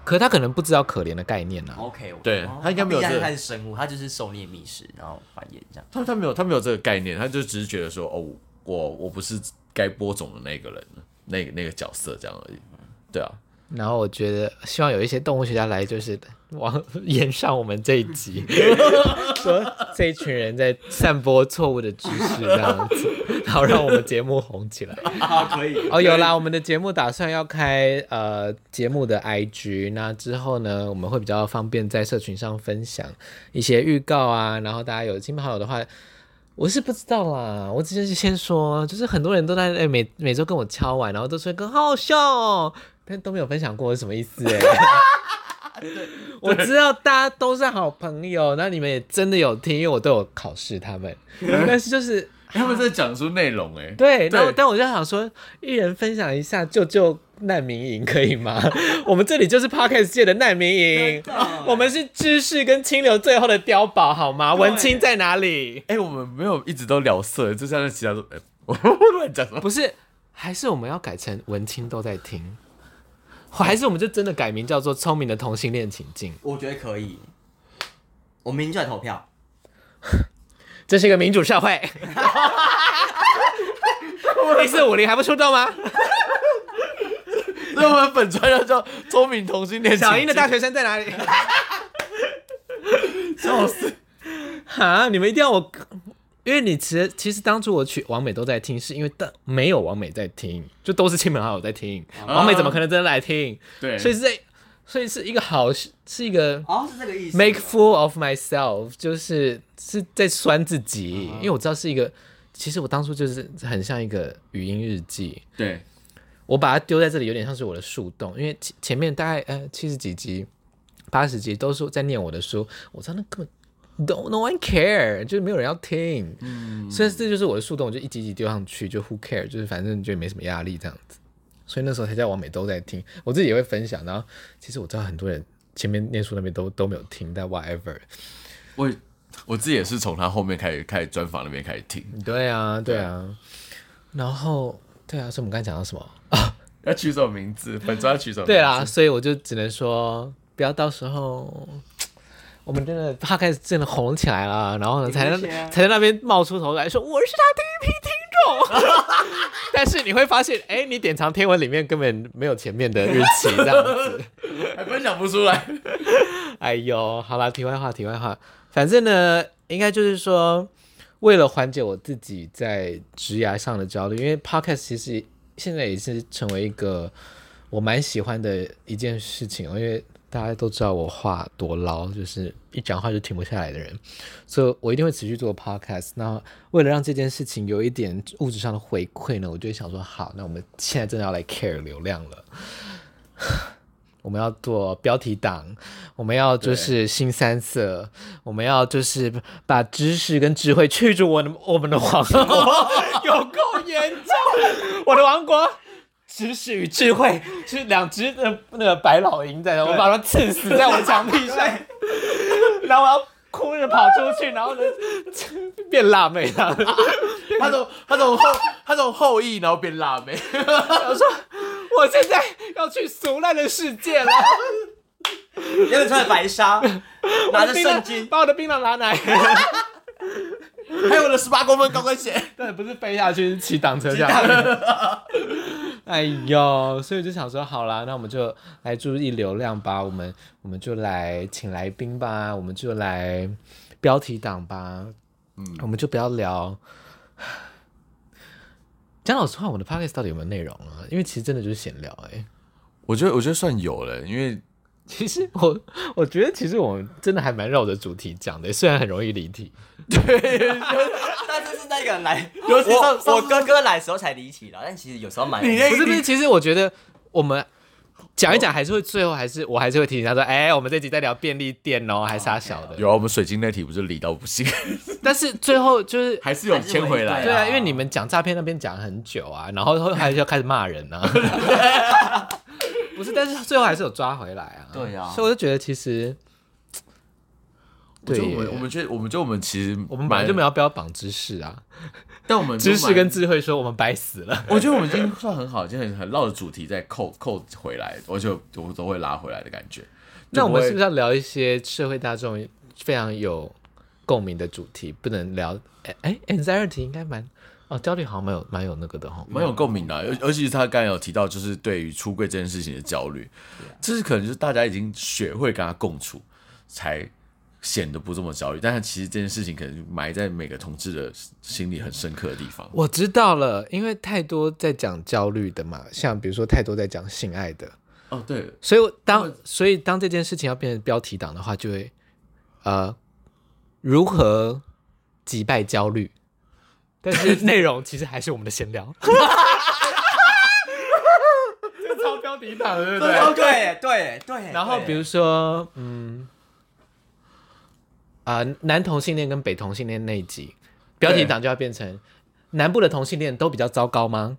可他可能不知道可怜的概念啊。 OK，我对哦它应该没有毕竟这个它是生物，它就是狩猎觅食，然后繁衍这样。他他没有他没有这个概念，他就只是觉得说，哦，我我不是该播种的那个人，那个那个角色这样而已。对啊，然后我觉得希望有一些动物学家来，就是往 (laughs) 延上我们这一集，说这一群人在散播错误的知识这样子，然后让我们节目红起来。啊，可以。 (laughs) 哦，有啦，我们的节目打算要开呃节目的 IG，那之后呢，我们会比较方便在社群上分享一些预告啊，然后大家有亲朋好友的话。我是不知道啦，我只是先说，就是很多人都在哎、每每周跟我敲完，然后都说哥好好笑哦，但都没有分享过我是什么意思哎、我知道大家都是好朋友，那你们也真的有听，因为我都有考试他们，但是就是他们在讲出内容哎、对，那我对但我就想说，一人分享一下救救难民营可以 (laughs) 吗？我们这里就是 podcast 界的难民营，我们是知识跟清流最后的碉堡，好吗？文青在哪里？哎、我们没有一直都聊色，就像那其他都，哎、 (laughs) 我我乱讲什么？ (laughs) 不是，还是我们要改成文青都在听，还是我们就真的改名叫做《聪明的同性恋情境》？我觉得可以。我明天就来投票。这是一个民主社 (laughs) 会。一四五零还不出动吗？那我们本专要叫聪明同性恋， (laughs) 小英的大学生在哪里？ (laughs) 笑死。哈，你们一定要我，因为你其实其实当初我取王美都在听，是因为但没有王美在听，就都是亲朋好友在听，王美怎么可能真的来听？啊对，所以是在，所以是一个好，是一个哦，是这个意思。 make fool of myself，就是是在酸自己，啊因为我知道是一个，其实我当初就是很像一个语音日记，对，我把它丢在这里，有点像是我的树洞，因为前前面大概呃七十几集、八十集都是在念我的书，我知道那根本 don't no one care，就是没有人要听，所以这就是我的树洞，我就一集一集丢上去，就 who care，就是反正就没什么压力这样子，所以那时候才叫王美都在听，我自己也会分享，然后其实我知道很多人前面念书那边都都没有听，但 whatever，我我自己也是从他后面开始开始专访那边开始听，对啊对啊，然后对啊，所以我们刚才讲到什么？要取什么名字？本专要取什么？对，啦，所以我就只能说，不要到时候我们真的 p 开始真的红起来了，然后呢，才能谢谢才在那边冒出头来说我是他第一批听众。但是你会发现，哎，你典藏贴文里面根本没有前面的日期，这样子。还分享不出来。 (laughs) 哎呦，好啦，题外话，题外话，反正呢，应该就是说，为了缓解我自己在职涯上的焦虑，因为 podcast 其实现在也是成为一个我蛮喜欢的一件事情哦，因为大家都知道我话多唠，就是一讲话就停不下来的人，所以我一定会持续做 podcast。那为了让这件事情有一点物质上的回馈呢，我就会想说，好，那我们现在真的要来 care 流量了。 (sighs) 我们要做标题党，我们要就是新三色，我们要就是把知识跟智慧驱逐我的我们的王国， (laughs) 有够严重！我的王国，知识与智慧是两只呃那个白老鹰在那，我把它刺死在我的墙壁上，然后我要哭着跑出去，然 (laughs) 后呢变辣妹了。他从他从后他从后羿，然后变辣 (laughs) 妹。我现在要去俗烂的世界了，原本穿着白 (laughs) 纱，拿着槟榔圣经，把我的槟榔拿来。还有我的十八公分高跟鞋。对，不是飞下去，是骑挡车下来。 (laughs) 哎呦，所以我就想说，好啦，那我们就来注意流量吧，我们我们就来请来宾吧，我们就来标题党吧，嗯，我们就不要聊。讲老实话，我的 podcast 到底有没有内容啊？因为其实真的就是闲聊、哎，我觉得我觉得算有了，因为其实我 (laughs) 我觉得其实我真的还蛮绕着主题讲的、虽然很容易离题。 (laughs) 但是是那个来，尤其上我我哥哥来的时候才离奇了，但其实有时候蛮你哦那哎不是不是，其实我觉得我们讲一讲，还是会最后还是我还是会提醒他说，哎、我们这集在聊便利店哦，还啥小的。有啊，我们水晶那题不是理到不行，但是最后就是。还是有牵回来、还是对回啊，因为你们讲诈骗那边讲很久啊，然后后还是要开始骂人 (laughs) 啊。不是，但是最后还是有抓回来啊。对啊所以我就觉得其实，我觉得对我耶们我们觉得我们就我们其实我们本来就没有，有标榜知识啊，但我们就知识跟蛮智慧说我们白死了。 (laughs) 我觉得我们已经算很好，已经很很绕着主题在扣扣回来，我就我都会拉回来的感觉。那我们是不是是要聊一些社会大众非常有共鸣的主题？不能聊哎哎，anxiety 应该蛮哦，焦虑好像蛮有蛮有那个的哈。蛮有共鸣的啊？尤尤其是他刚才有提到，就是对于出柜这件事情的焦虑，这是可能就是大家已经学会跟他共处，才显得不这么焦虑。但是其实这件事情可能埋在每个同志的心里很深刻的地方。我知道了，因为太多在讲焦虑的嘛，像比如说太多在讲性爱的，哦，对，所以我当所以当这件事情要变成标题党的话，就会呃如何击败焦虑，但是 (laughs) 内容其实还是我们的闲 (laughs) 聊。这超标题党，对不对？对对对对。然后比如说，嗯，啊、男同性恋跟北同性恋那一集，标题党就要变成南部的同性恋都比较糟糕吗？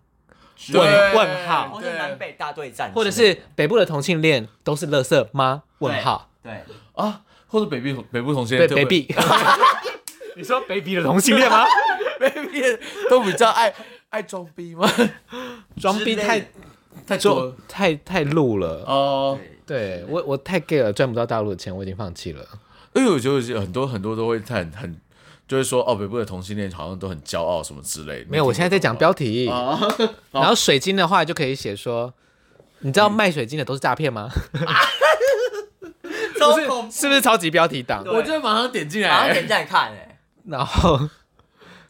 对问问号，或是哦南北大对战之类的，或者是北部的同性恋都是垃圾吗？问号，对，对啊，或者北壁北部同性对恋北就会壁，你说北壁的同性 (laughs) 恋吗？ (laughs) 都比较爱爱装逼吗？装逼太 (laughs) 太多就了太太露了。哦，对我我太 gay 了，赚不到大陆的钱，我已经放弃了。因为我觉得很多很多都会很很，就是说哦，北部的同性恋好像都很骄傲什么之类的。没有，我现在在讲标题。哦啊， (laughs) 然后水晶的话就可以写说，你知道卖水晶的都是诈骗吗？(laughs) 超是恐怖，是不是超级标题党？我就马上点进然后来点。赞看哎，然后，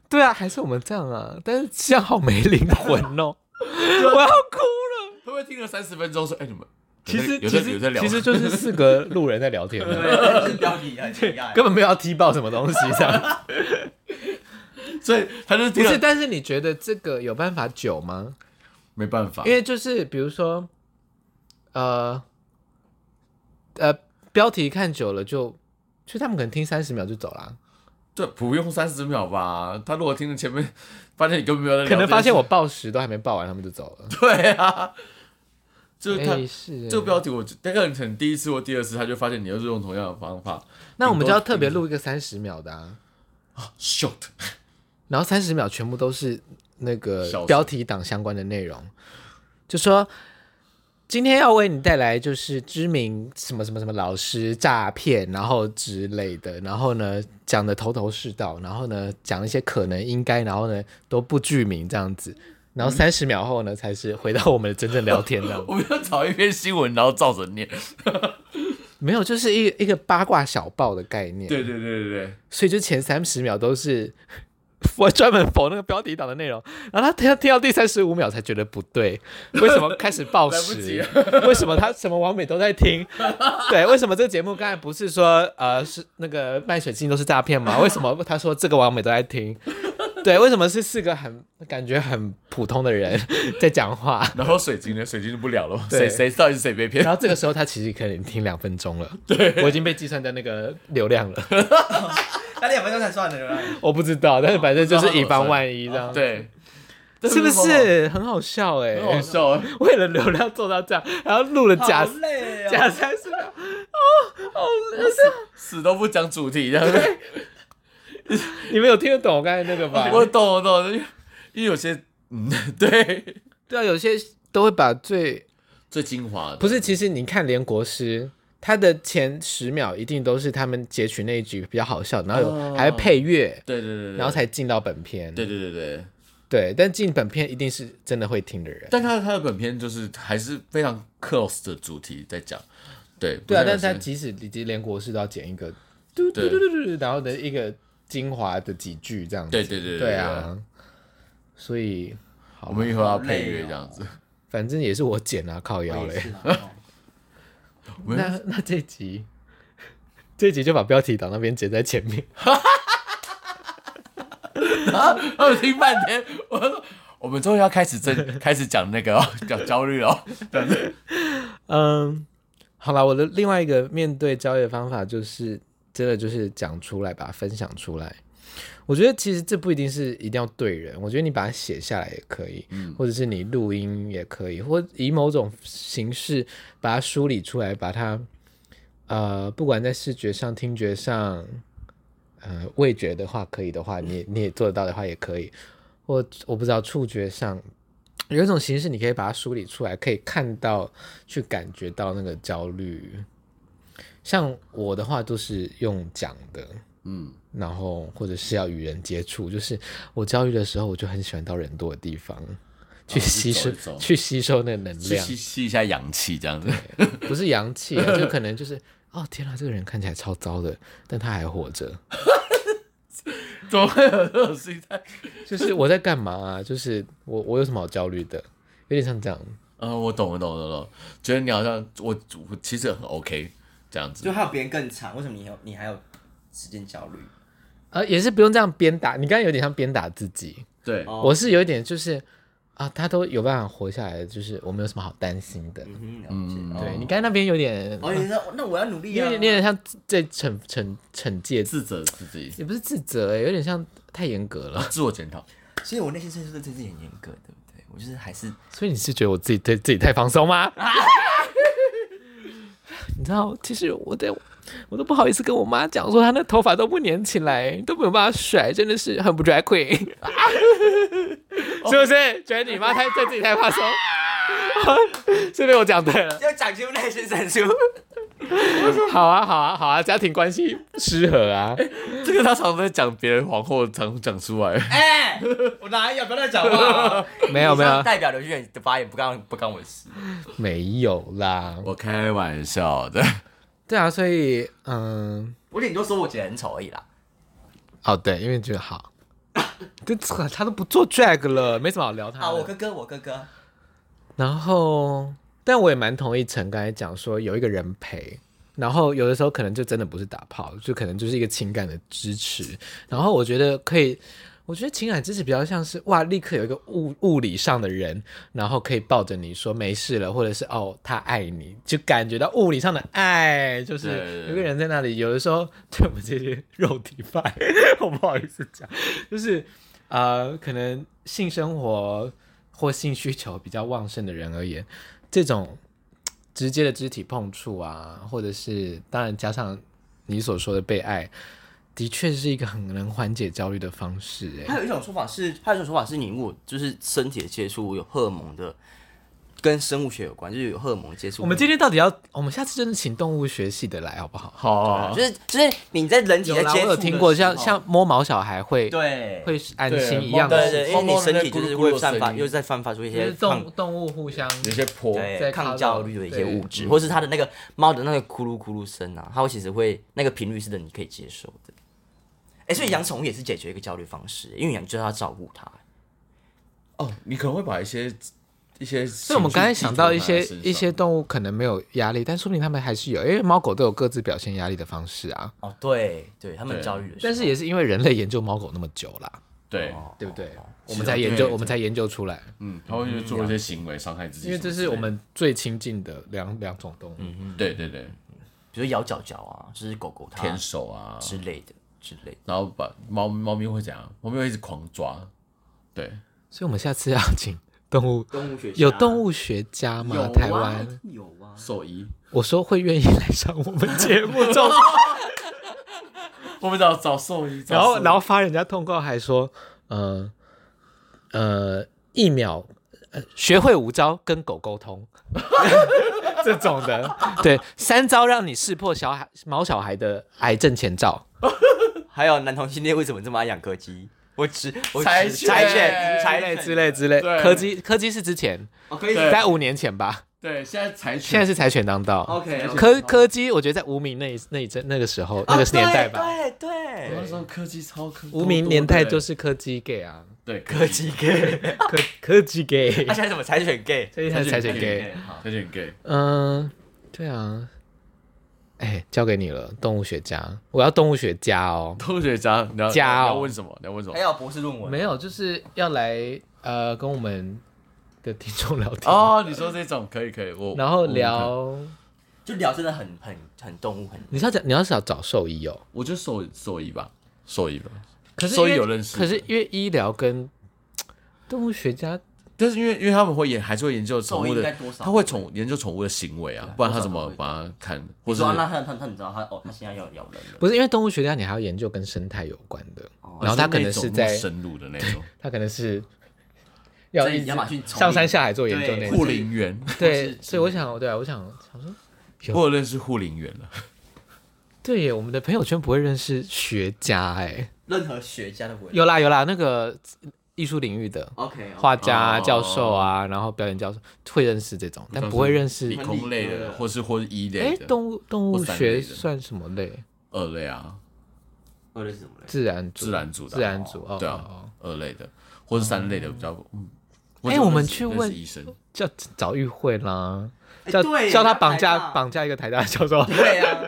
对啊，还是我们这样啊，但是这样好没灵魂哦， (laughs) 我要哭了。会不会听了三十分钟说，哎，你们其实有其在有在实聊其吗？实就是四个路人在聊天嘛，对，是标题很奇怪根本没有要踢爆什么东西这样。 (laughs) 所以他就不听是，了，但是你觉得这个有办法久吗？没办法，因为就是比如说，呃，呃，标题看久了就，就他们可能听三十秒就走啦，这不用三十秒吧？他如果听了前面，发现你根本没有在聊，可能发现我报时都还没报完，他们就走了。 (laughs) 对啊，就是他哎，是这个标题我，那个人可能第一次或第二次，他就发现你又是用同样的方法。那我们就要特别录一个三十秒的啊， short，然后三十秒全部都是那小个时标题党相关的内容，就说今天要为你带来就是知名什么什么什么老师诈骗，然后之类的，然后呢讲的头头是道，然后呢讲一些可能应该，然后呢都不具名这样子，然后三十秒后呢才是回到我们的真正聊天这 (laughs) 样子我们要找一篇新闻，然后照着念。没有就是一一个八卦小报的概念，对对对对对，所以就前三十秒都是 (laughs) 我专门否那个标题党的内容，然后他听听到第三十五秒才觉得不 (laughs) 对，为什么开始报来不及时？为什么他什么网美都在 (laughs) 听？对，为什么这个节目刚才不是说呃是那个卖水晶都是诈骗吗？为什么他说这个网美都在听？对，为什么是四个很感觉很普通的人 (laughs) 在讲话？然后水晶呢？水晶就不聊了嘛。谁对谁到底是谁被 (laughs) 骗？然后这个时候他其实可能听两分钟了， (laughs) 对我已经被计算在那个流量了，那两分钟才算的 (laughs) 了，我不知道，但是反正就是以防万一这样。对， (laughs) 是不是很好笑哎、很好笑啊？为了流量做到这样，然后录了假好累啊，假三十秒， (laughs) 死都不讲主题，这 (laughs) 样子。你们有听得懂我刚才那个吧？我懂我懂，因为因为有些嗯， (laughs) 对，对啊，有些都会把最最精华的不是，其实你看连国师。他的前十秒一定都是他们截取那一局比较好笑，然后有哦还会配乐，对对对对，然后才进到本片。对对对对。对但进本片一定是真的会听的人。但他他的本片就是还是非常 close 的主题在讲，对对啊，不但像是他有些即使以及连国师都要剪一个嘟嘟对嘟嘟嘟，然后的一个精华的几句这样子。对对对对对啊，所以我们以后要配好累乐哦这样子。反正也是我剪啊，靠腰嘞。我也那那这集，这集就把标题党那边剪在前面。他们听半天， (laughs) 我说我们终于要开 (laughs) 始正开始讲那个、哦、讲焦虑了、哦，这样子嗯，好啦，我的另外一个面对交易的方法就是，真的就是讲出来，把它分享出来。我觉得其实这不一定是一定要对人，我觉得你把它写下来也可以，或者是你录音也可以，或以某种形式把它梳理出来，把它呃，不管在视觉上、听觉上，呃，味觉的话可以的话，你也你也做得到的话也可以，或我不知道触觉上。有一种形式，你可以把它梳理出来，可以看到去感觉到那个焦虑。像我的话，都是用讲的，嗯，然后或者是要与人接触。就是我焦虑的时候，我就很喜欢到人多的地方去吸收、去啊走一走去吸收那个能去量吸，吸一下氧气这样子。不是阳气、啊，就可能就是哦，天哪，这个人看起来超糟的，但他还活着。怎么会有这种心态？就是我在干嘛啊？就是我我有什么好焦虑的？有点像这样，嗯，我懂，我懂，我懂，我懂。觉得你好像我我其实很 OK 这样子就。还有别人更长，为什么你有你还有时间焦虑？呃，也是不用这样鞭打。你刚刚有点像鞭打自己，对，哦我是有一点就是啊，他都有办法活下来，就是我没有什么好担心的。嗯哼，了解。对你刚才那边有点，哦，你说那我要努力有啊，点有点像在惩惩惩戒自，自责自己，也不是自责、欸，有点像太严格了。自我检讨。其实我内心深处对自己很严格，对不对？我我就是还是 (laughs) 所以你是觉得我自己对自己太放松吗？ (laughs) 你知道，其实我在我都不好意思跟我妈讲，说她那头发都不粘起来，都没有办法甩，真的是很不 drag queen，是不是？觉得你妈太对自己太 (laughs) 放松，是被我讲对了。要讲究内心 (laughs) 深处。 (laughs) 好啊，好啊，好啊，家庭关系失和啊，这个他常常在讲别人皇后，常讲出来。哎、我哪有不要乱讲 (laughs) 话？没有没有代表刘俊远的发言不干不干我的事。 (laughs) 没有啦。我开玩笑的，对啊，所以嗯，我顶多说我觉得很丑而已啦。哦对，因为觉得好，就他都不做 drag 了，没什么好聊他啊，的我哥哥，我哥哥，然后，但我也蛮同意陈刚才讲说有一个人陪，然后有的时候可能就真的不是打炮，就可能就是一个情感的支持。然后我觉得可以，我觉得情感支持比较像是哇，立刻有一个物物理上的人，然后可以抱着你说没事了，或者是哦他爱你，就感觉到物理上的爱，就对是对对有个人在那里。有的时候对我们这些肉体派，我不好意思讲，就是呃，可能性生活或性需求比较旺盛的人而言，这种嘖直接的肢体碰触啊，或者是当然加上你所说的被爱，的确是一个很能缓解焦虑的方式、欸。还有一种说法是，还有一种说法是你如果就是身体的接触有荷尔蒙的，跟生物学有关，就是有荷尔蒙接触。我们今天到底要？我们下次真的请动物学系的来好不好？好啊、就是就是你在人体有在啦，接我触，有听过，像像摸毛小孩会对会安心对一样对的，对，因为你身体就是会散发，咕噜咕噜的声音又在散发出一就些是抗动动物互相有些婆对在抗 colour，焦虑的一些对物质，或是它的那个猫的那个咕噜咕噜声啊，它会其实会那个频率是的你可以接受的。哎，所以养宠物也是解决一个焦虑方式，因为养就是要照顾它。哦，你可能会把一些一些，所以我们刚才想到一些一些，动啊物可能没有压力，但说不定它们还是有，因为猫狗都有各自表现压力的方式啊。哦，对对，它们对焦虑的时候，但是也是因为人类研究猫狗那么久啦，对，对不对？我是们啊才研对究，对我们才研究出来，嗯，他会做一些行为伤害自己，因为这是我，们最亲近的两两种动物。嗯对对对，比如咬脚脚啊，就是狗狗它舔手啊，之类的之类的。然后把猫猫咪会怎样？猫咪会一直狂抓，对，所以我们下次要请动物动物学有动物学家吗？有啊台湾，有啊，兽医，我说会愿意来上我们节目 (laughs) 中，我们找找兽医，然后然后后发人家通告，还说，呃呃，一秒。呃学会五招跟狗沟 (laughs) 通，这种的，对，三招让你识破小孩毛小孩的癌症前兆。还有男同性恋为什么这么爱养柯基？我只我只 (laughs) 柴犬柴犬之柴类犬之类之类。对柯基柯基是之前，哦，可以对在五年前吧，对，现在柴现在犬，是柴犬当道。 OK 柯柯基，我觉得在无名那一那一阵那个时候那个年代吧，哦对对哎我那对，时候科技超科，无名年代就是是柯基 gay 啊，对科柯基 (laughs) gay，柯柯基 gay， (laughs) 他现在怎么柴犬 gay？这一台柴犬 gay。好柴犬 gay，嗯，对啊，哎，交给你了，动物学家，我要动物学家哦。同学家，你要你家哦要问什么？你要问什么 (laughs) 还？有博士论文没有，就是要来呃跟我们的听众聊天，哦，你说这种可以可以，我然后，聊，就聊真的很很很动物很你是要讲你要是要找兽医哦。我就兽兽医吧，兽医吧。可是所以因为有认识可是因为医疗跟动物学家，但是因为因为他们会研还是会研究宠物兽医应该的多，少他会宠研究宠物的行为啊，不然他怎么把它看，或我是说啊那他他他你知道他哦，他现在要咬人了。不是因为动物学家，你还要研究跟生态有关的，然后他可能是哦那在种深入的那种他可能是要在一直亚马逊丛林上山下海做研究对那护种。林员，对，是所以我想，对啊，我想想说，有我有认识护林员了，对耶，我们的朋友圈不会认识学家哎，任何学家的文有啦有啦，那个艺术领域的 OK 画家啊、哦教授啊，然后表演教授会认识这种，但不会认识理。工类的，或是或是医哎类，的，动物动物或三类学的算什么类？二类啊，二类是什么类？自然组自然组的啊自然组哦，对哦哦啊，二类的，或是三类的比较，嗯。哎就认识我们去问认识医生，叫找玉慧啦，哎叫对叫他要绑台架大绑架一个台大的教授。 (laughs) 对啊，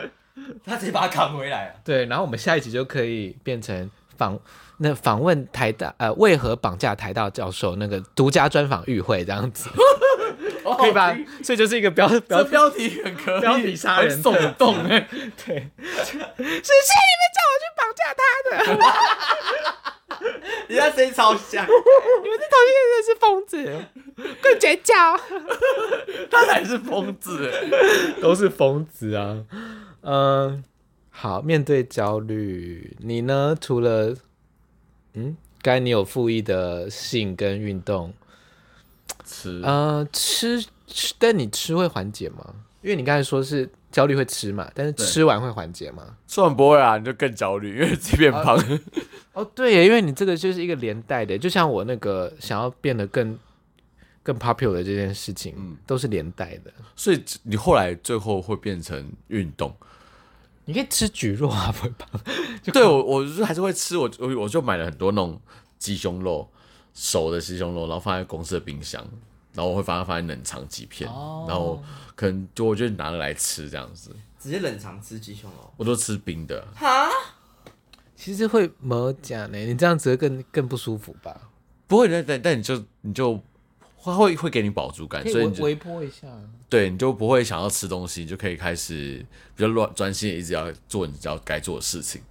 他直接把他扛回来啊。对，然后我们下一集就可以变成访那访问台大呃为何绑架台大教授那个独家专访玉慧这样子， (laughs) 哦可以哦吧？所以就是一个标标这标题很可以，标题杀人 (laughs) 很耸动哎，对，是是你们叫我去绑架他的，人家声音超像，你们这讨厌的是疯子。子， (laughs) 更绝交。他才是疯子 (laughs) 欸。都是疯子啊。嗯，好，面对焦虑，你呢？除了嗯，该你有复议的性跟运动，吃呃，吃吃，但你吃会缓解吗？因为你刚才说是焦虑会吃嘛，但是吃完会缓解吗？吃完不会 (laughs) 啊，你就更焦虑，因为自己变胖。哦，对耶，因为你这个就是一个连带的，就像我那个想要变得更更 popular 这件事情，都是连带的。所以你后来最后会变成运动。你可以吃蒟蒻啊，不会胖。对我，我就是还是会吃，我我我就买了很多那种鸡胸肉，熟的鸡胸肉，然后放在公司的冰箱，然后我会把它放在冷藏几片，然后可能就我就拿来吃这样子，直接冷藏吃鸡胸哦肉。我都吃冰的，哈，其实会没讲呢，你这样子会更更不舒服吧？不会，但但但你就你就会会会给你饱足感，所以你就微波一下。啊对你就不会想要吃东西，你就可以开始比较乱专心，一直要做你要该做的事情。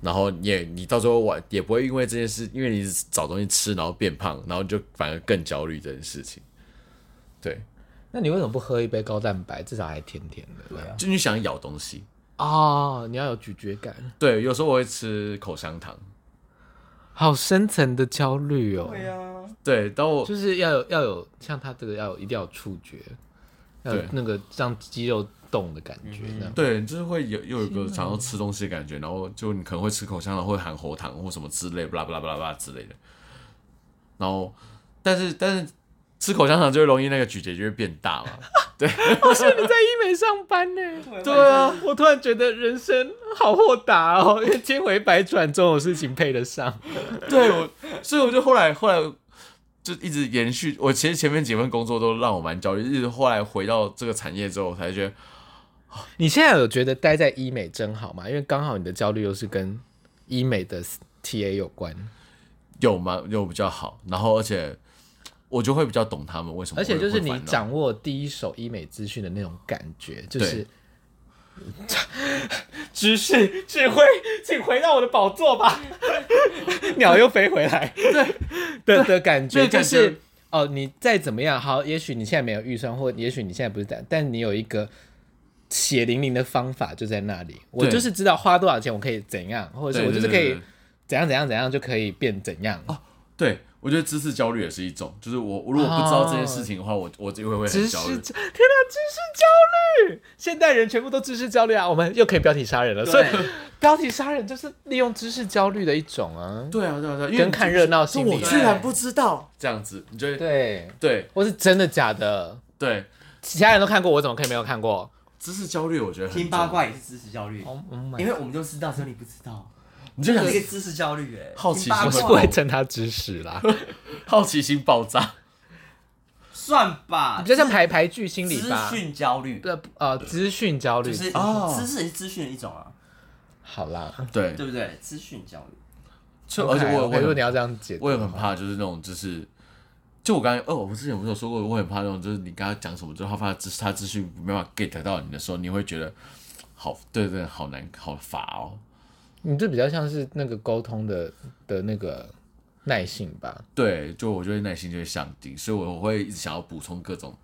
然后你也你到时候晚也不会因为这件事，因为你找东西吃，然后变胖，然后就反而更焦虑这件事情。对，那你为什么不喝一杯高蛋白，至少还甜甜的？对啊。就你想咬东西。哦，你要有咀嚼感，对，有时候我会吃口香糖。好深层的焦虑哦，对啊，对，当我就是要有要有像它这个要有一定要有触觉，要有对那个让肌肉动的感觉，这样。对，就是会有又有一个想要吃东西的感觉，然后就你可能会吃口香糖，会含喉糖或什么之类，巴拉巴拉巴拉巴拉之类的。然后，但是但是吃口香糖就会容易那个咀嚼就会变大嘛。好像你在医美上班呢。对啊，我突然觉得人生好豁达哦，因为千回百转这种事情配得上。 (laughs) 对我，所以我就后来后来就一直延续。我其实前面几份工作都让我蛮焦虑，一直后来回到这个产业之后，我才觉得你现在有觉得待在医美真好吗？因为刚好你的焦虑又是跟医美的 TA 有关，有蛮有比较好，然后而且我就会比较懂他们为什么而会，且就是会你烦恼掌握第一手医美资讯的那种感觉，就是 (laughs) 对知识指挥，请回到我的宝座吧，鸟又飞回来， (laughs) 对的的感那觉就个感觉是。哦，你再怎么样好，也许你现在没有预算，或也许你现在不是这样，但你有一个血淋淋的方法就在那里。我对就是知道花多少钱我可以怎样，或者是对我就是对可对以对怎样怎样怎样就可以变怎样。对，我觉得知识焦虑也是一种，就是我我如果不知道这件事情的话，我我就会会知很识焦焦，天哪，虑。知识焦虑！现代人全部都知识焦虑啊！我们又可以标题杀人了，所以标题杀人就是利用知识焦虑的一种啊，对啊，对啊，对啊，因为跟看热闹就心我理。啊居然不知道这样子，你就会对，对我是真的假的，对其他人都看过，我怎么可以没有看过知识焦虑，我觉得很听八重要，卦也是知识焦虑， ？Oh oh my！因为我们都知道，只有你不知 (laughs) 道，你就想这是一个知识焦虑哎。好奇听我 (laughs) 是 (laughs) 心会八不会卦称他知识啦，好奇心爆 (laughs) 炸。算吧，比较像排排剧心理资吧。讯焦虑，对，呃，资讯焦虑。就是哦知识也是资讯的一种啊，好啦，对，对不对？资讯焦虑，就 (laughs) 而且 OK，我我如果我你要这样解，我也很怕，就是那种就是。就我刚才，哦，我之前不是有说过，我很怕那种，就是你跟他讲什么之后，他发现资他资讯没办法 get 到你的时候，你会觉得好，对对，好难，好乏哦。你这比较像是那个沟通的的那个耐性吧。对，就我就会耐心就会降低，所以我会一直想要补充各种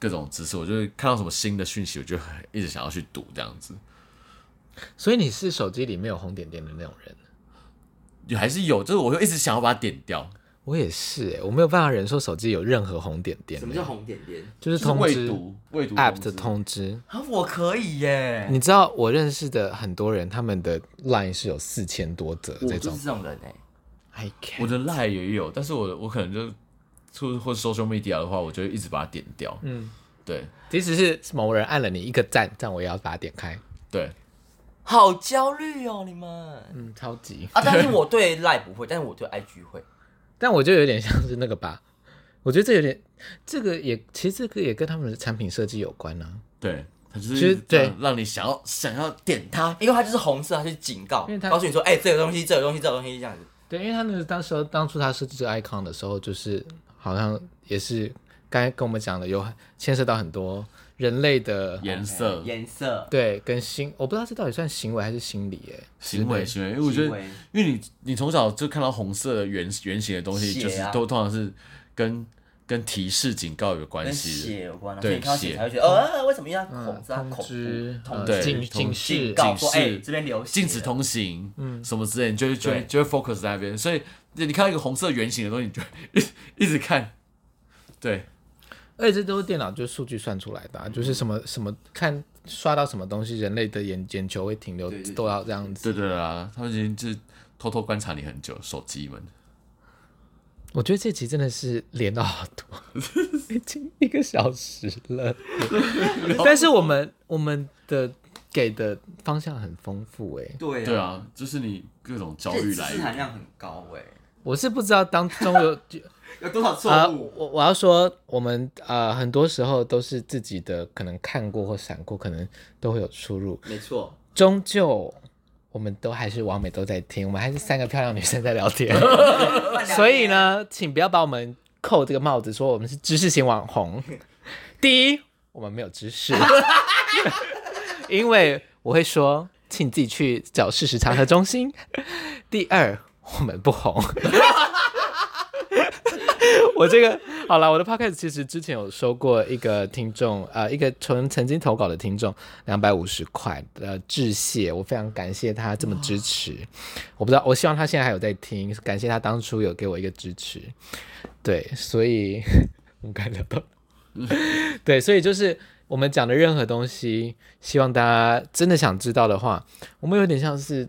各种知识。我就是看到什么新的讯息，我就很一直想要去读这样子。所以你是手机里面有红点点的那种人，也还是有，就是我会一直想要把它点掉，我也是、欸，我没有办法忍受手机有任何红点点、什么欸，叫红点点？就是嗯就是通未知读未读 app 的知通知。啊，我可以耶，嗯你知道我认识的很多人，他们的 line 是有四千多则我这就种是。这种人哎， I can 我的 line 也有，但是我的我可能就或或 social media 的话，我就会一直把它点掉。嗯，对即使是某人按了你一个赞，这样我也要把它点开。对，好焦虑哦，你们。嗯，超级。 (laughs) 啊，但是我对 Line 不会，但是我对 IG 会。但我就有点像是那个吧， (laughs) 我觉得这有点，这个也其实这个也跟他们的产品设计有关啊，对，它就其实是对让让你想要想要点它。因为它就是红色，它就警告因为，它告诉你说，哎、这个东西，这个东西，这个东西这样子。对，因为他那个当时候当初他设计这个 icon 的时候，就是好像也是刚才跟我们讲的，有牵涉到很多人类的哎颜色 OK，、颜哎色，对跟心，我不知道这到底算行为还是心理耶。行为、行为，因为我觉行得为因为你你从小就看到红色的圆圆形的东西，血啊就是都通常是跟跟提示警告有关跟系的。血有关啊，所对以你看到血血嗯才会觉得，呃，为什么要恐这样通恐知怖、通对呃知、警警示警告说，警示哎，这边流血，啊禁止通行，嗯，什么之类，你就会就会就会 focus 在那边，所以你看到一个红色圆形的东西，你就会一直看，对，而且这都是电脑就是数据算出来的、啊，嗯就是什么什么看刷到什么东西，人类的眼眼球会停留对对都要这样子。对对啊，他们已经就是偷偷观察你很久，手机们，我觉得这集真的是连到好 (laughs) 多，已经一个小时了，但是我们我们的给的方向很丰富诶、对对，啊，就是你各种焦这虑知来识含源，量很高哎，我是不知道当中 (laughs) 有有多少啊、错误？我我要说，我们呃很多时候都是自己的可能看过或闪过，可能都会有出入。没错，终究我们都还是完美都在听，我们还是三个漂亮女生在聊天，所以呢，请不要把我们扣这个帽子，说我们是知识型网红。第一，我们没有知识，因为我会说，请你自己去找事实查核中心。第二，我们不红。 (laughs) 我这个好了，我的 podcast 其实之前有收过一个听众，呃，一个曾曾经投稿的听众，两百五十块，呃，致谢，我非常感谢他这么支持。我不知道，我希望他现在还有在听，感谢他当初有给我一个支持。对，所以我们刚才聊到， (laughs) 对，所以就是我们讲的任何东西，希望大家真的想知道的话，我们有点像是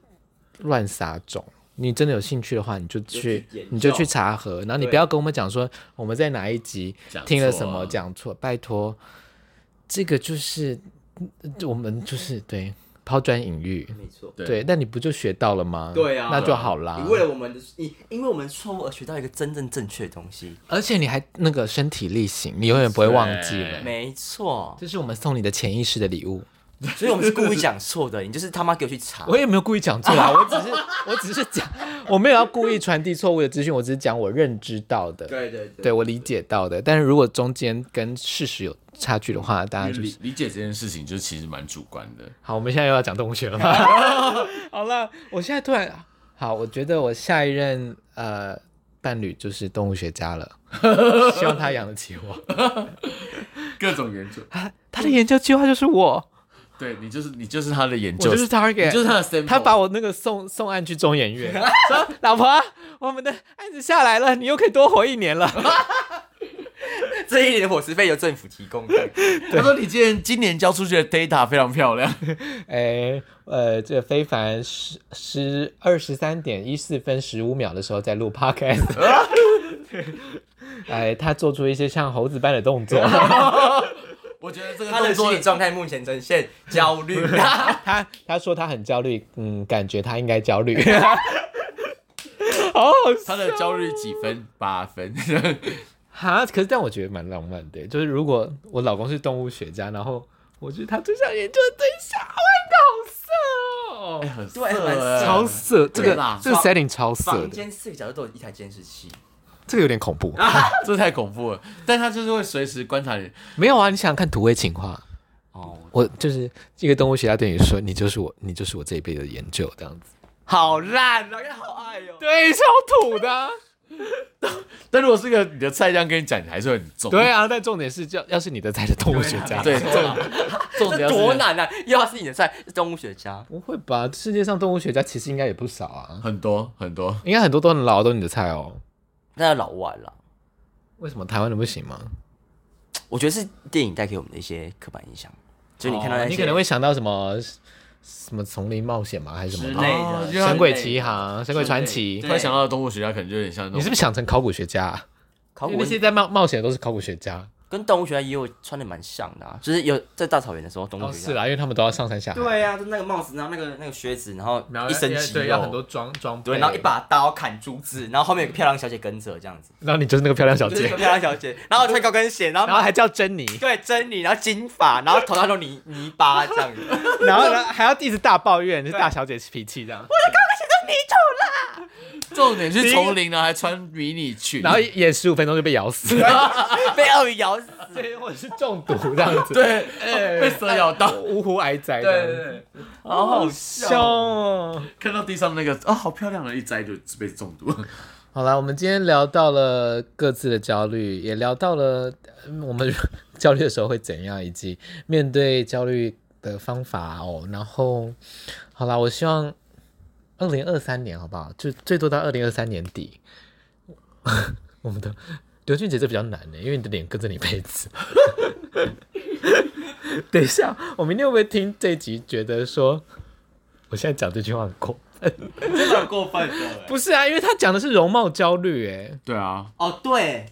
乱撒种。你真的有兴趣的话，你就去去研，你就究去查核，然后你对不要跟我们讲说我们在哪一集讲听了错什么啊讲错，拜托，这个就是嗯我们就是对抛砖引玉，没错。啊对对，那你不就学到了吗？对啊那就好啦你。为了我们的你，因为我们错误而学到一个真正正确的东西，而且你还那个身体力行，你永远不会忘记对了。没错。这是我们送你的潜意识的礼物。所以我们是故意讲错的，你就是他妈给我去查。我也没有故意讲错啊，我只是 (laughs) 我只是讲，我没有要故意传递错误的资讯，我只是讲我认知到的，对对对对我理解到的。但是如果中间跟事实有差距的话，大家因为就是理理解这件事情，就是其实蛮主观的，好，我们现在又要讲动物学了吗？ (laughs) 好了，我现在突然好，我觉得我下一任呃伴侣就是动物学家了， (laughs) 希望他养得起我。各种研究，他他的研究计划就是我，对你就是你就是他的研我究，就是你 target，就是他的 sample，他把我那个送送案去中研 (laughs) 院，说老婆，我们的案子下来了，你又可以多活一年了。这一年的伙食费由政府提供的， (laughs) 他说你今年今年交出去的 data 非常漂亮， (laughs) 哎，呃，这非凡十十二十三点一四分十五秒的时候在录 podcast，哎，他做出一些像猴子般的 (laughs) 动作， (laughs) 我觉得这个他的动心作理状态目前呈现焦虑。他他说他很焦虑，嗯，感觉他应该焦虑， (laughs) 好好他的焦虑几分？八分。 (laughs) 哈，可是但我觉得蛮浪漫的，就是如果我老公是动物学家，然后我觉得他最想研究的对象，哇，你好色哦，很对蛮欸色超色，这对个啦这个超 setting 超色 (laughs) 房的，间四个角落都有一台监视器，这个有点恐怖。这太恐怖了。但他就是会随时观察你，没有啊，你想想看土味情话，哦，我就是这个动物学家对你说，你就是我，你就是我这一辈子的研究这样子。好烂啊，好爱哟、对，超土的。但如果是个你的菜这样跟你讲，你还是会很重。对啊，但重点是，要要是你的才是动物学家，啊 (laughs) 对，重重点这要是多难啊！又要是你的菜，是动物学家，不会吧？世界上动物学家其实应该也不少啊，很多很多。应该很多都很老，都是你的菜哦。那要老外了。为什么台湾的不行吗？我觉得是电影带给我们的一些刻板印象，就是你看到那哦些，你可能会想到什么什么丛林冒险吗？还是什之么类哦的，就之像神鬼类的奇航、神鬼传奇之突类？然想到动物学家，可能就有点像那你是种不是想成考古学家、啊？考因古为那些在冒冒险的都是考古学家。跟动物学家也有穿的蛮像的、啊，就是有在大草原的时候，动物哦，学是家。啦，因为他们都要上山下海，对啊，就那个帽子，然后那个那个靴子，然后然后一身要肌对，要很多肉，装装备，对，然后一，把刀砍竹子，然后后面有个漂亮小姐跟着这样 (laughs) 子，然后你就是那个漂亮小就是一姐个，漂亮小姐，然后穿高跟鞋，然后然后还叫珍 (laughs) 妮，对珍妮，然后金发，然后头上都泥泥巴这样子， (laughs) 然后呢还要一直大抱怨，是大小姐脾气这样，重点去丛林啊呢，还穿迷你裙，然后演十五分钟就被咬 (laughs) 死，被鳄鱼咬死。对，或者是中毒这样子， (laughs) 对哦对，被蛇咬到，芜湖癌仔，对，哎对，好好凶哦。哦看到地上那个啊，好漂亮的，一摘就被中毒。好啦，我们今天聊到了各自的焦虑，也聊到了嗯我们焦虑的时候会怎样，以及面对焦虑的方法哦。然后，好啦，我希望二零二三年好不好？就最多到二零二三年底，我们的刘俊杰这比较难的，因为你的脸跟着你一辈子。等一下，我明天会不会听这集，觉得说我现在讲这句话很过？真的很过分的。不是啊，因为他讲的是容貌焦虑、欸， (laughs) 对啊，哦，对，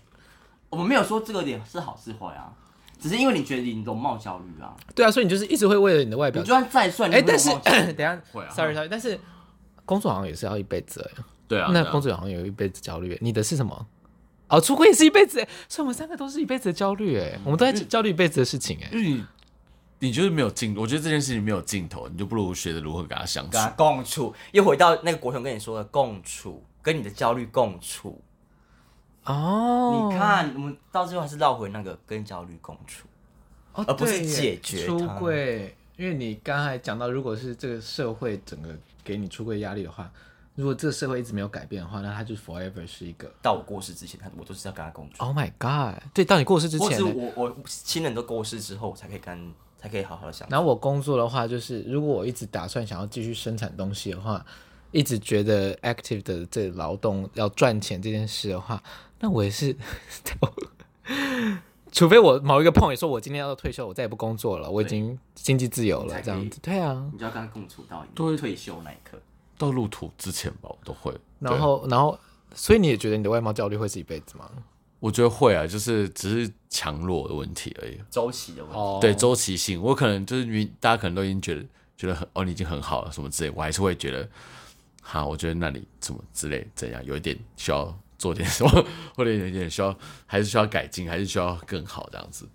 我们没有说这个点是好是坏啊，只是因为你觉得你容貌焦虑啊，对啊，所以你就是一直会为了你的外你表就，算再帅，你哎、也会但容是貌焦虑 (coughs) 等一下会啊，sorry sorry，但是工作好像也是要一辈子、欸，对啊，那对啊工作好像有一辈子焦虑欸、你的是什么？哦，出轨也是一辈子欸、所以我们三个都是一辈子的焦虑，哎，我们都在焦虑一辈子的事情、欸，因为你你就是没有尽，我觉得这件事情没有尽头，你就不如学着如何跟他相处跟。他共处，又回到那个国雄跟你说的共处，跟你的焦虑共处。哎，哦，你，看，我们到最后还是绕回那个跟焦虑共处。哦、而不是对耶解决出它柜，因为你刚才讲到，如果是这个社会整个给你出柜压力的话，如果这个社会一直没有改变的话，那它就 forever 是一个。到我过世之前，他我都是要跟他共处， Oh my god！对，到你过世之或前是呢，我我亲人都过世之后，我才可以跟才可以好好的相处。然后我工作的话，就是如果我一直打算想要继续生产东西的话，一直觉得 active 的这个劳动要赚钱这件事的话，那我也是， (laughs) 除非我某一个 point 说我今天要退休，我再也不工作了，我已经经济自由你了，才这可样以子，对啊。你就要跟他共处到你对退休那一刻。到入土之前吧，我都会。然对后，然后，所以你也觉得你的外貌焦虑会是一辈子吗？我觉得会啊，就是只是强弱的问题而已。周期的问题，哦对，周期性，我可能就是你大家可能都已经觉得觉得很哦，你已经很好了什么之类，我还是会觉得，哈，我觉得那里怎么之类怎样，有一点需要做点什么， (laughs) 或者有一点需要还是需要改进，还是需要更好这样子。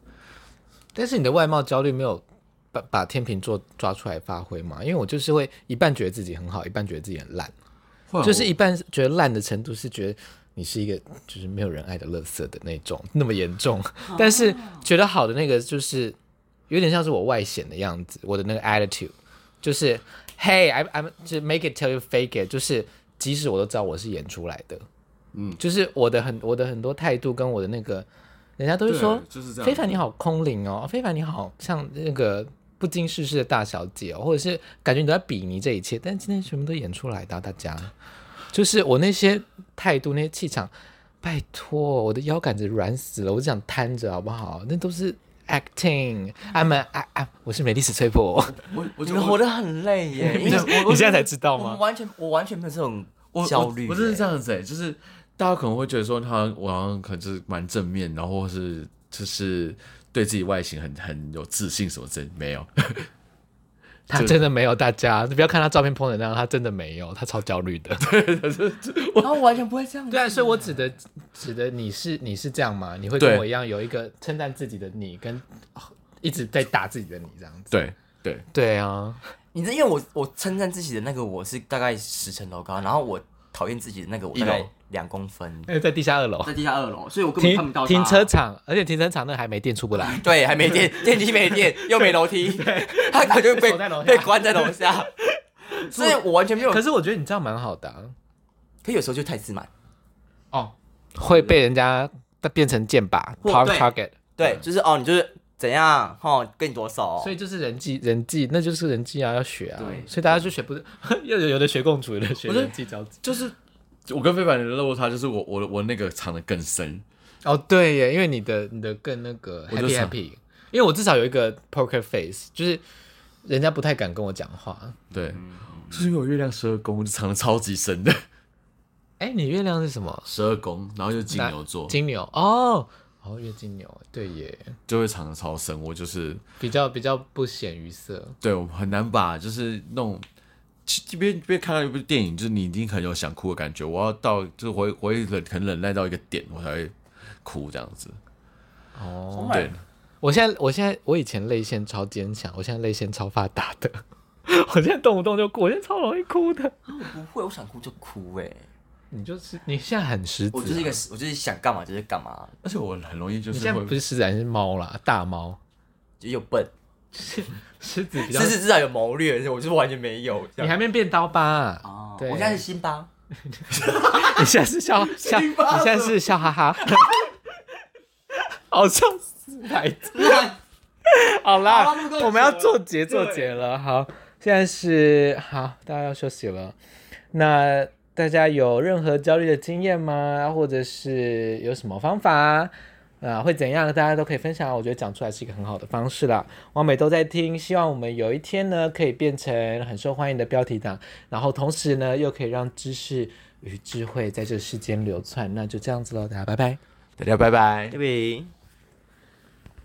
但是你的外貌焦虑没有把把天秤座抓出来发挥嘛？因为我就是会一半觉得自己很好，一半觉得自己很烂。哦就是一半觉得烂的程度是觉得你是一个就是没有人爱的垃圾的那种， (laughs) 那么严重。但是觉得好的那个就是有点像是我外显的样子，我的那个 attitude 就是 Hey I I'm 就是 make it till you fake it，就是即使我都知道我是演出来的，嗯，就是我的很我的很多态度跟我的那个，人家都是说就是这样非凡你好空灵哦，非凡你好像那个不经世事的大小姐、哦，或者是感觉你都在比拟这一切，但今天全部都演出来的啊、大家。就是我那些态度、那些气场，拜托，我的腰杆子软死了，我只想瘫着好不好？那都是 acting。I'm a, I, I, 我是美丽史翠 (laughs) 普，我我你觉们得活得很累 (laughs) 耶。因为你现在才知道我们？完全我完全没有这种我焦虑耶，我我真的是这样子哎、就是大家可能会觉得说，他好像我好像可能就是蛮正面，然后或是就是对自己外形很很有自信什么之类，没有， (laughs) 他真的没有，大家你不要看他照片 p 的那样，他真的没有，他超焦虑的。然后我完全不会这样。对啊，所以我指的指的你是你是这样吗？你会对跟我一样有一个称赞自己的你，跟哦一直在打自己的你这样子？对对，对啊，你知道，因为我我称赞自己的那个我是大概十层楼高，然后我讨厌自己的那个我一楼大概两公分， (laughs) 那在地下二楼在地下二楼，所以我根本看不停到他停车。场，而且停车场那还没电出不来。对，还没电，电梯没电，又没楼梯，他感觉被锁在楼下被关在楼 (laughs) 下，所以我完全没有。可可是我觉得你这样蛮好的、啊。可有时候就太自满，哦，会被人家变成箭靶或 tar- 对 target，对，就是哦，你就是怎样，哦，跟你多少，所以就是人际人际，那就是人际啊，要学啊。对所以大家就学不是， (laughs) 又有有的学共处，有的学我觉得人际交际。就是我跟非凡的落差，就是我我我那个藏的更深，哦，对耶，因为你的你的更那个我就 happy 想 happy，因为我至少有一个 poker face，就是人家不太敢跟我讲话。对，就是因为我月亮十二宫就藏的超级深的哎，你月亮是什么？十二宫，然后又金哪牛座金牛哦，哦，月金牛，对耶，就会藏的超深，我就是比较比较不显于色。对我很难把就是那种。其即便即便看到一部电影，就是你一定很有想哭的感觉。我要到就是我会我会忍很忍耐到一个点，我才会哭这样子。哦，对，我现在，我现在，我以前泪腺超坚强，我现在泪腺超发达的，我现在动不动就哭，我现在超容易哭的。不会，我想哭就哭，哎，你就是你现在很狮子、啊我就是一个，，我就是想干嘛就是干嘛，而且我很容易就你是现在会不是狮子，你是猫啦，大猫。就又笨，狮子比狮较，子至少有谋略，我就是完全没有，这你样还没变刀疤啊、哦对， (laughs) 我现在是辛巴， (laughs) 你现在是笑笑，你现在是笑哈哈， (laughs) 好像是白痴。 (laughs) 好啦，好啦录够久了我们要做结做结了。好，现在是好，大家要休息了。那大家有任何焦虑的经验吗？或者是有什么方法啊、呃会怎样？大家都可以分享。我觉得讲出来是一个很好的方式啦。王美都在听，希望我们有一天呢，可以变成很受欢迎的标题党，然后同时呢，又可以让知识与智慧在这世间流窜。那就这样子喽，大家拜拜。大家拜拜。对不对？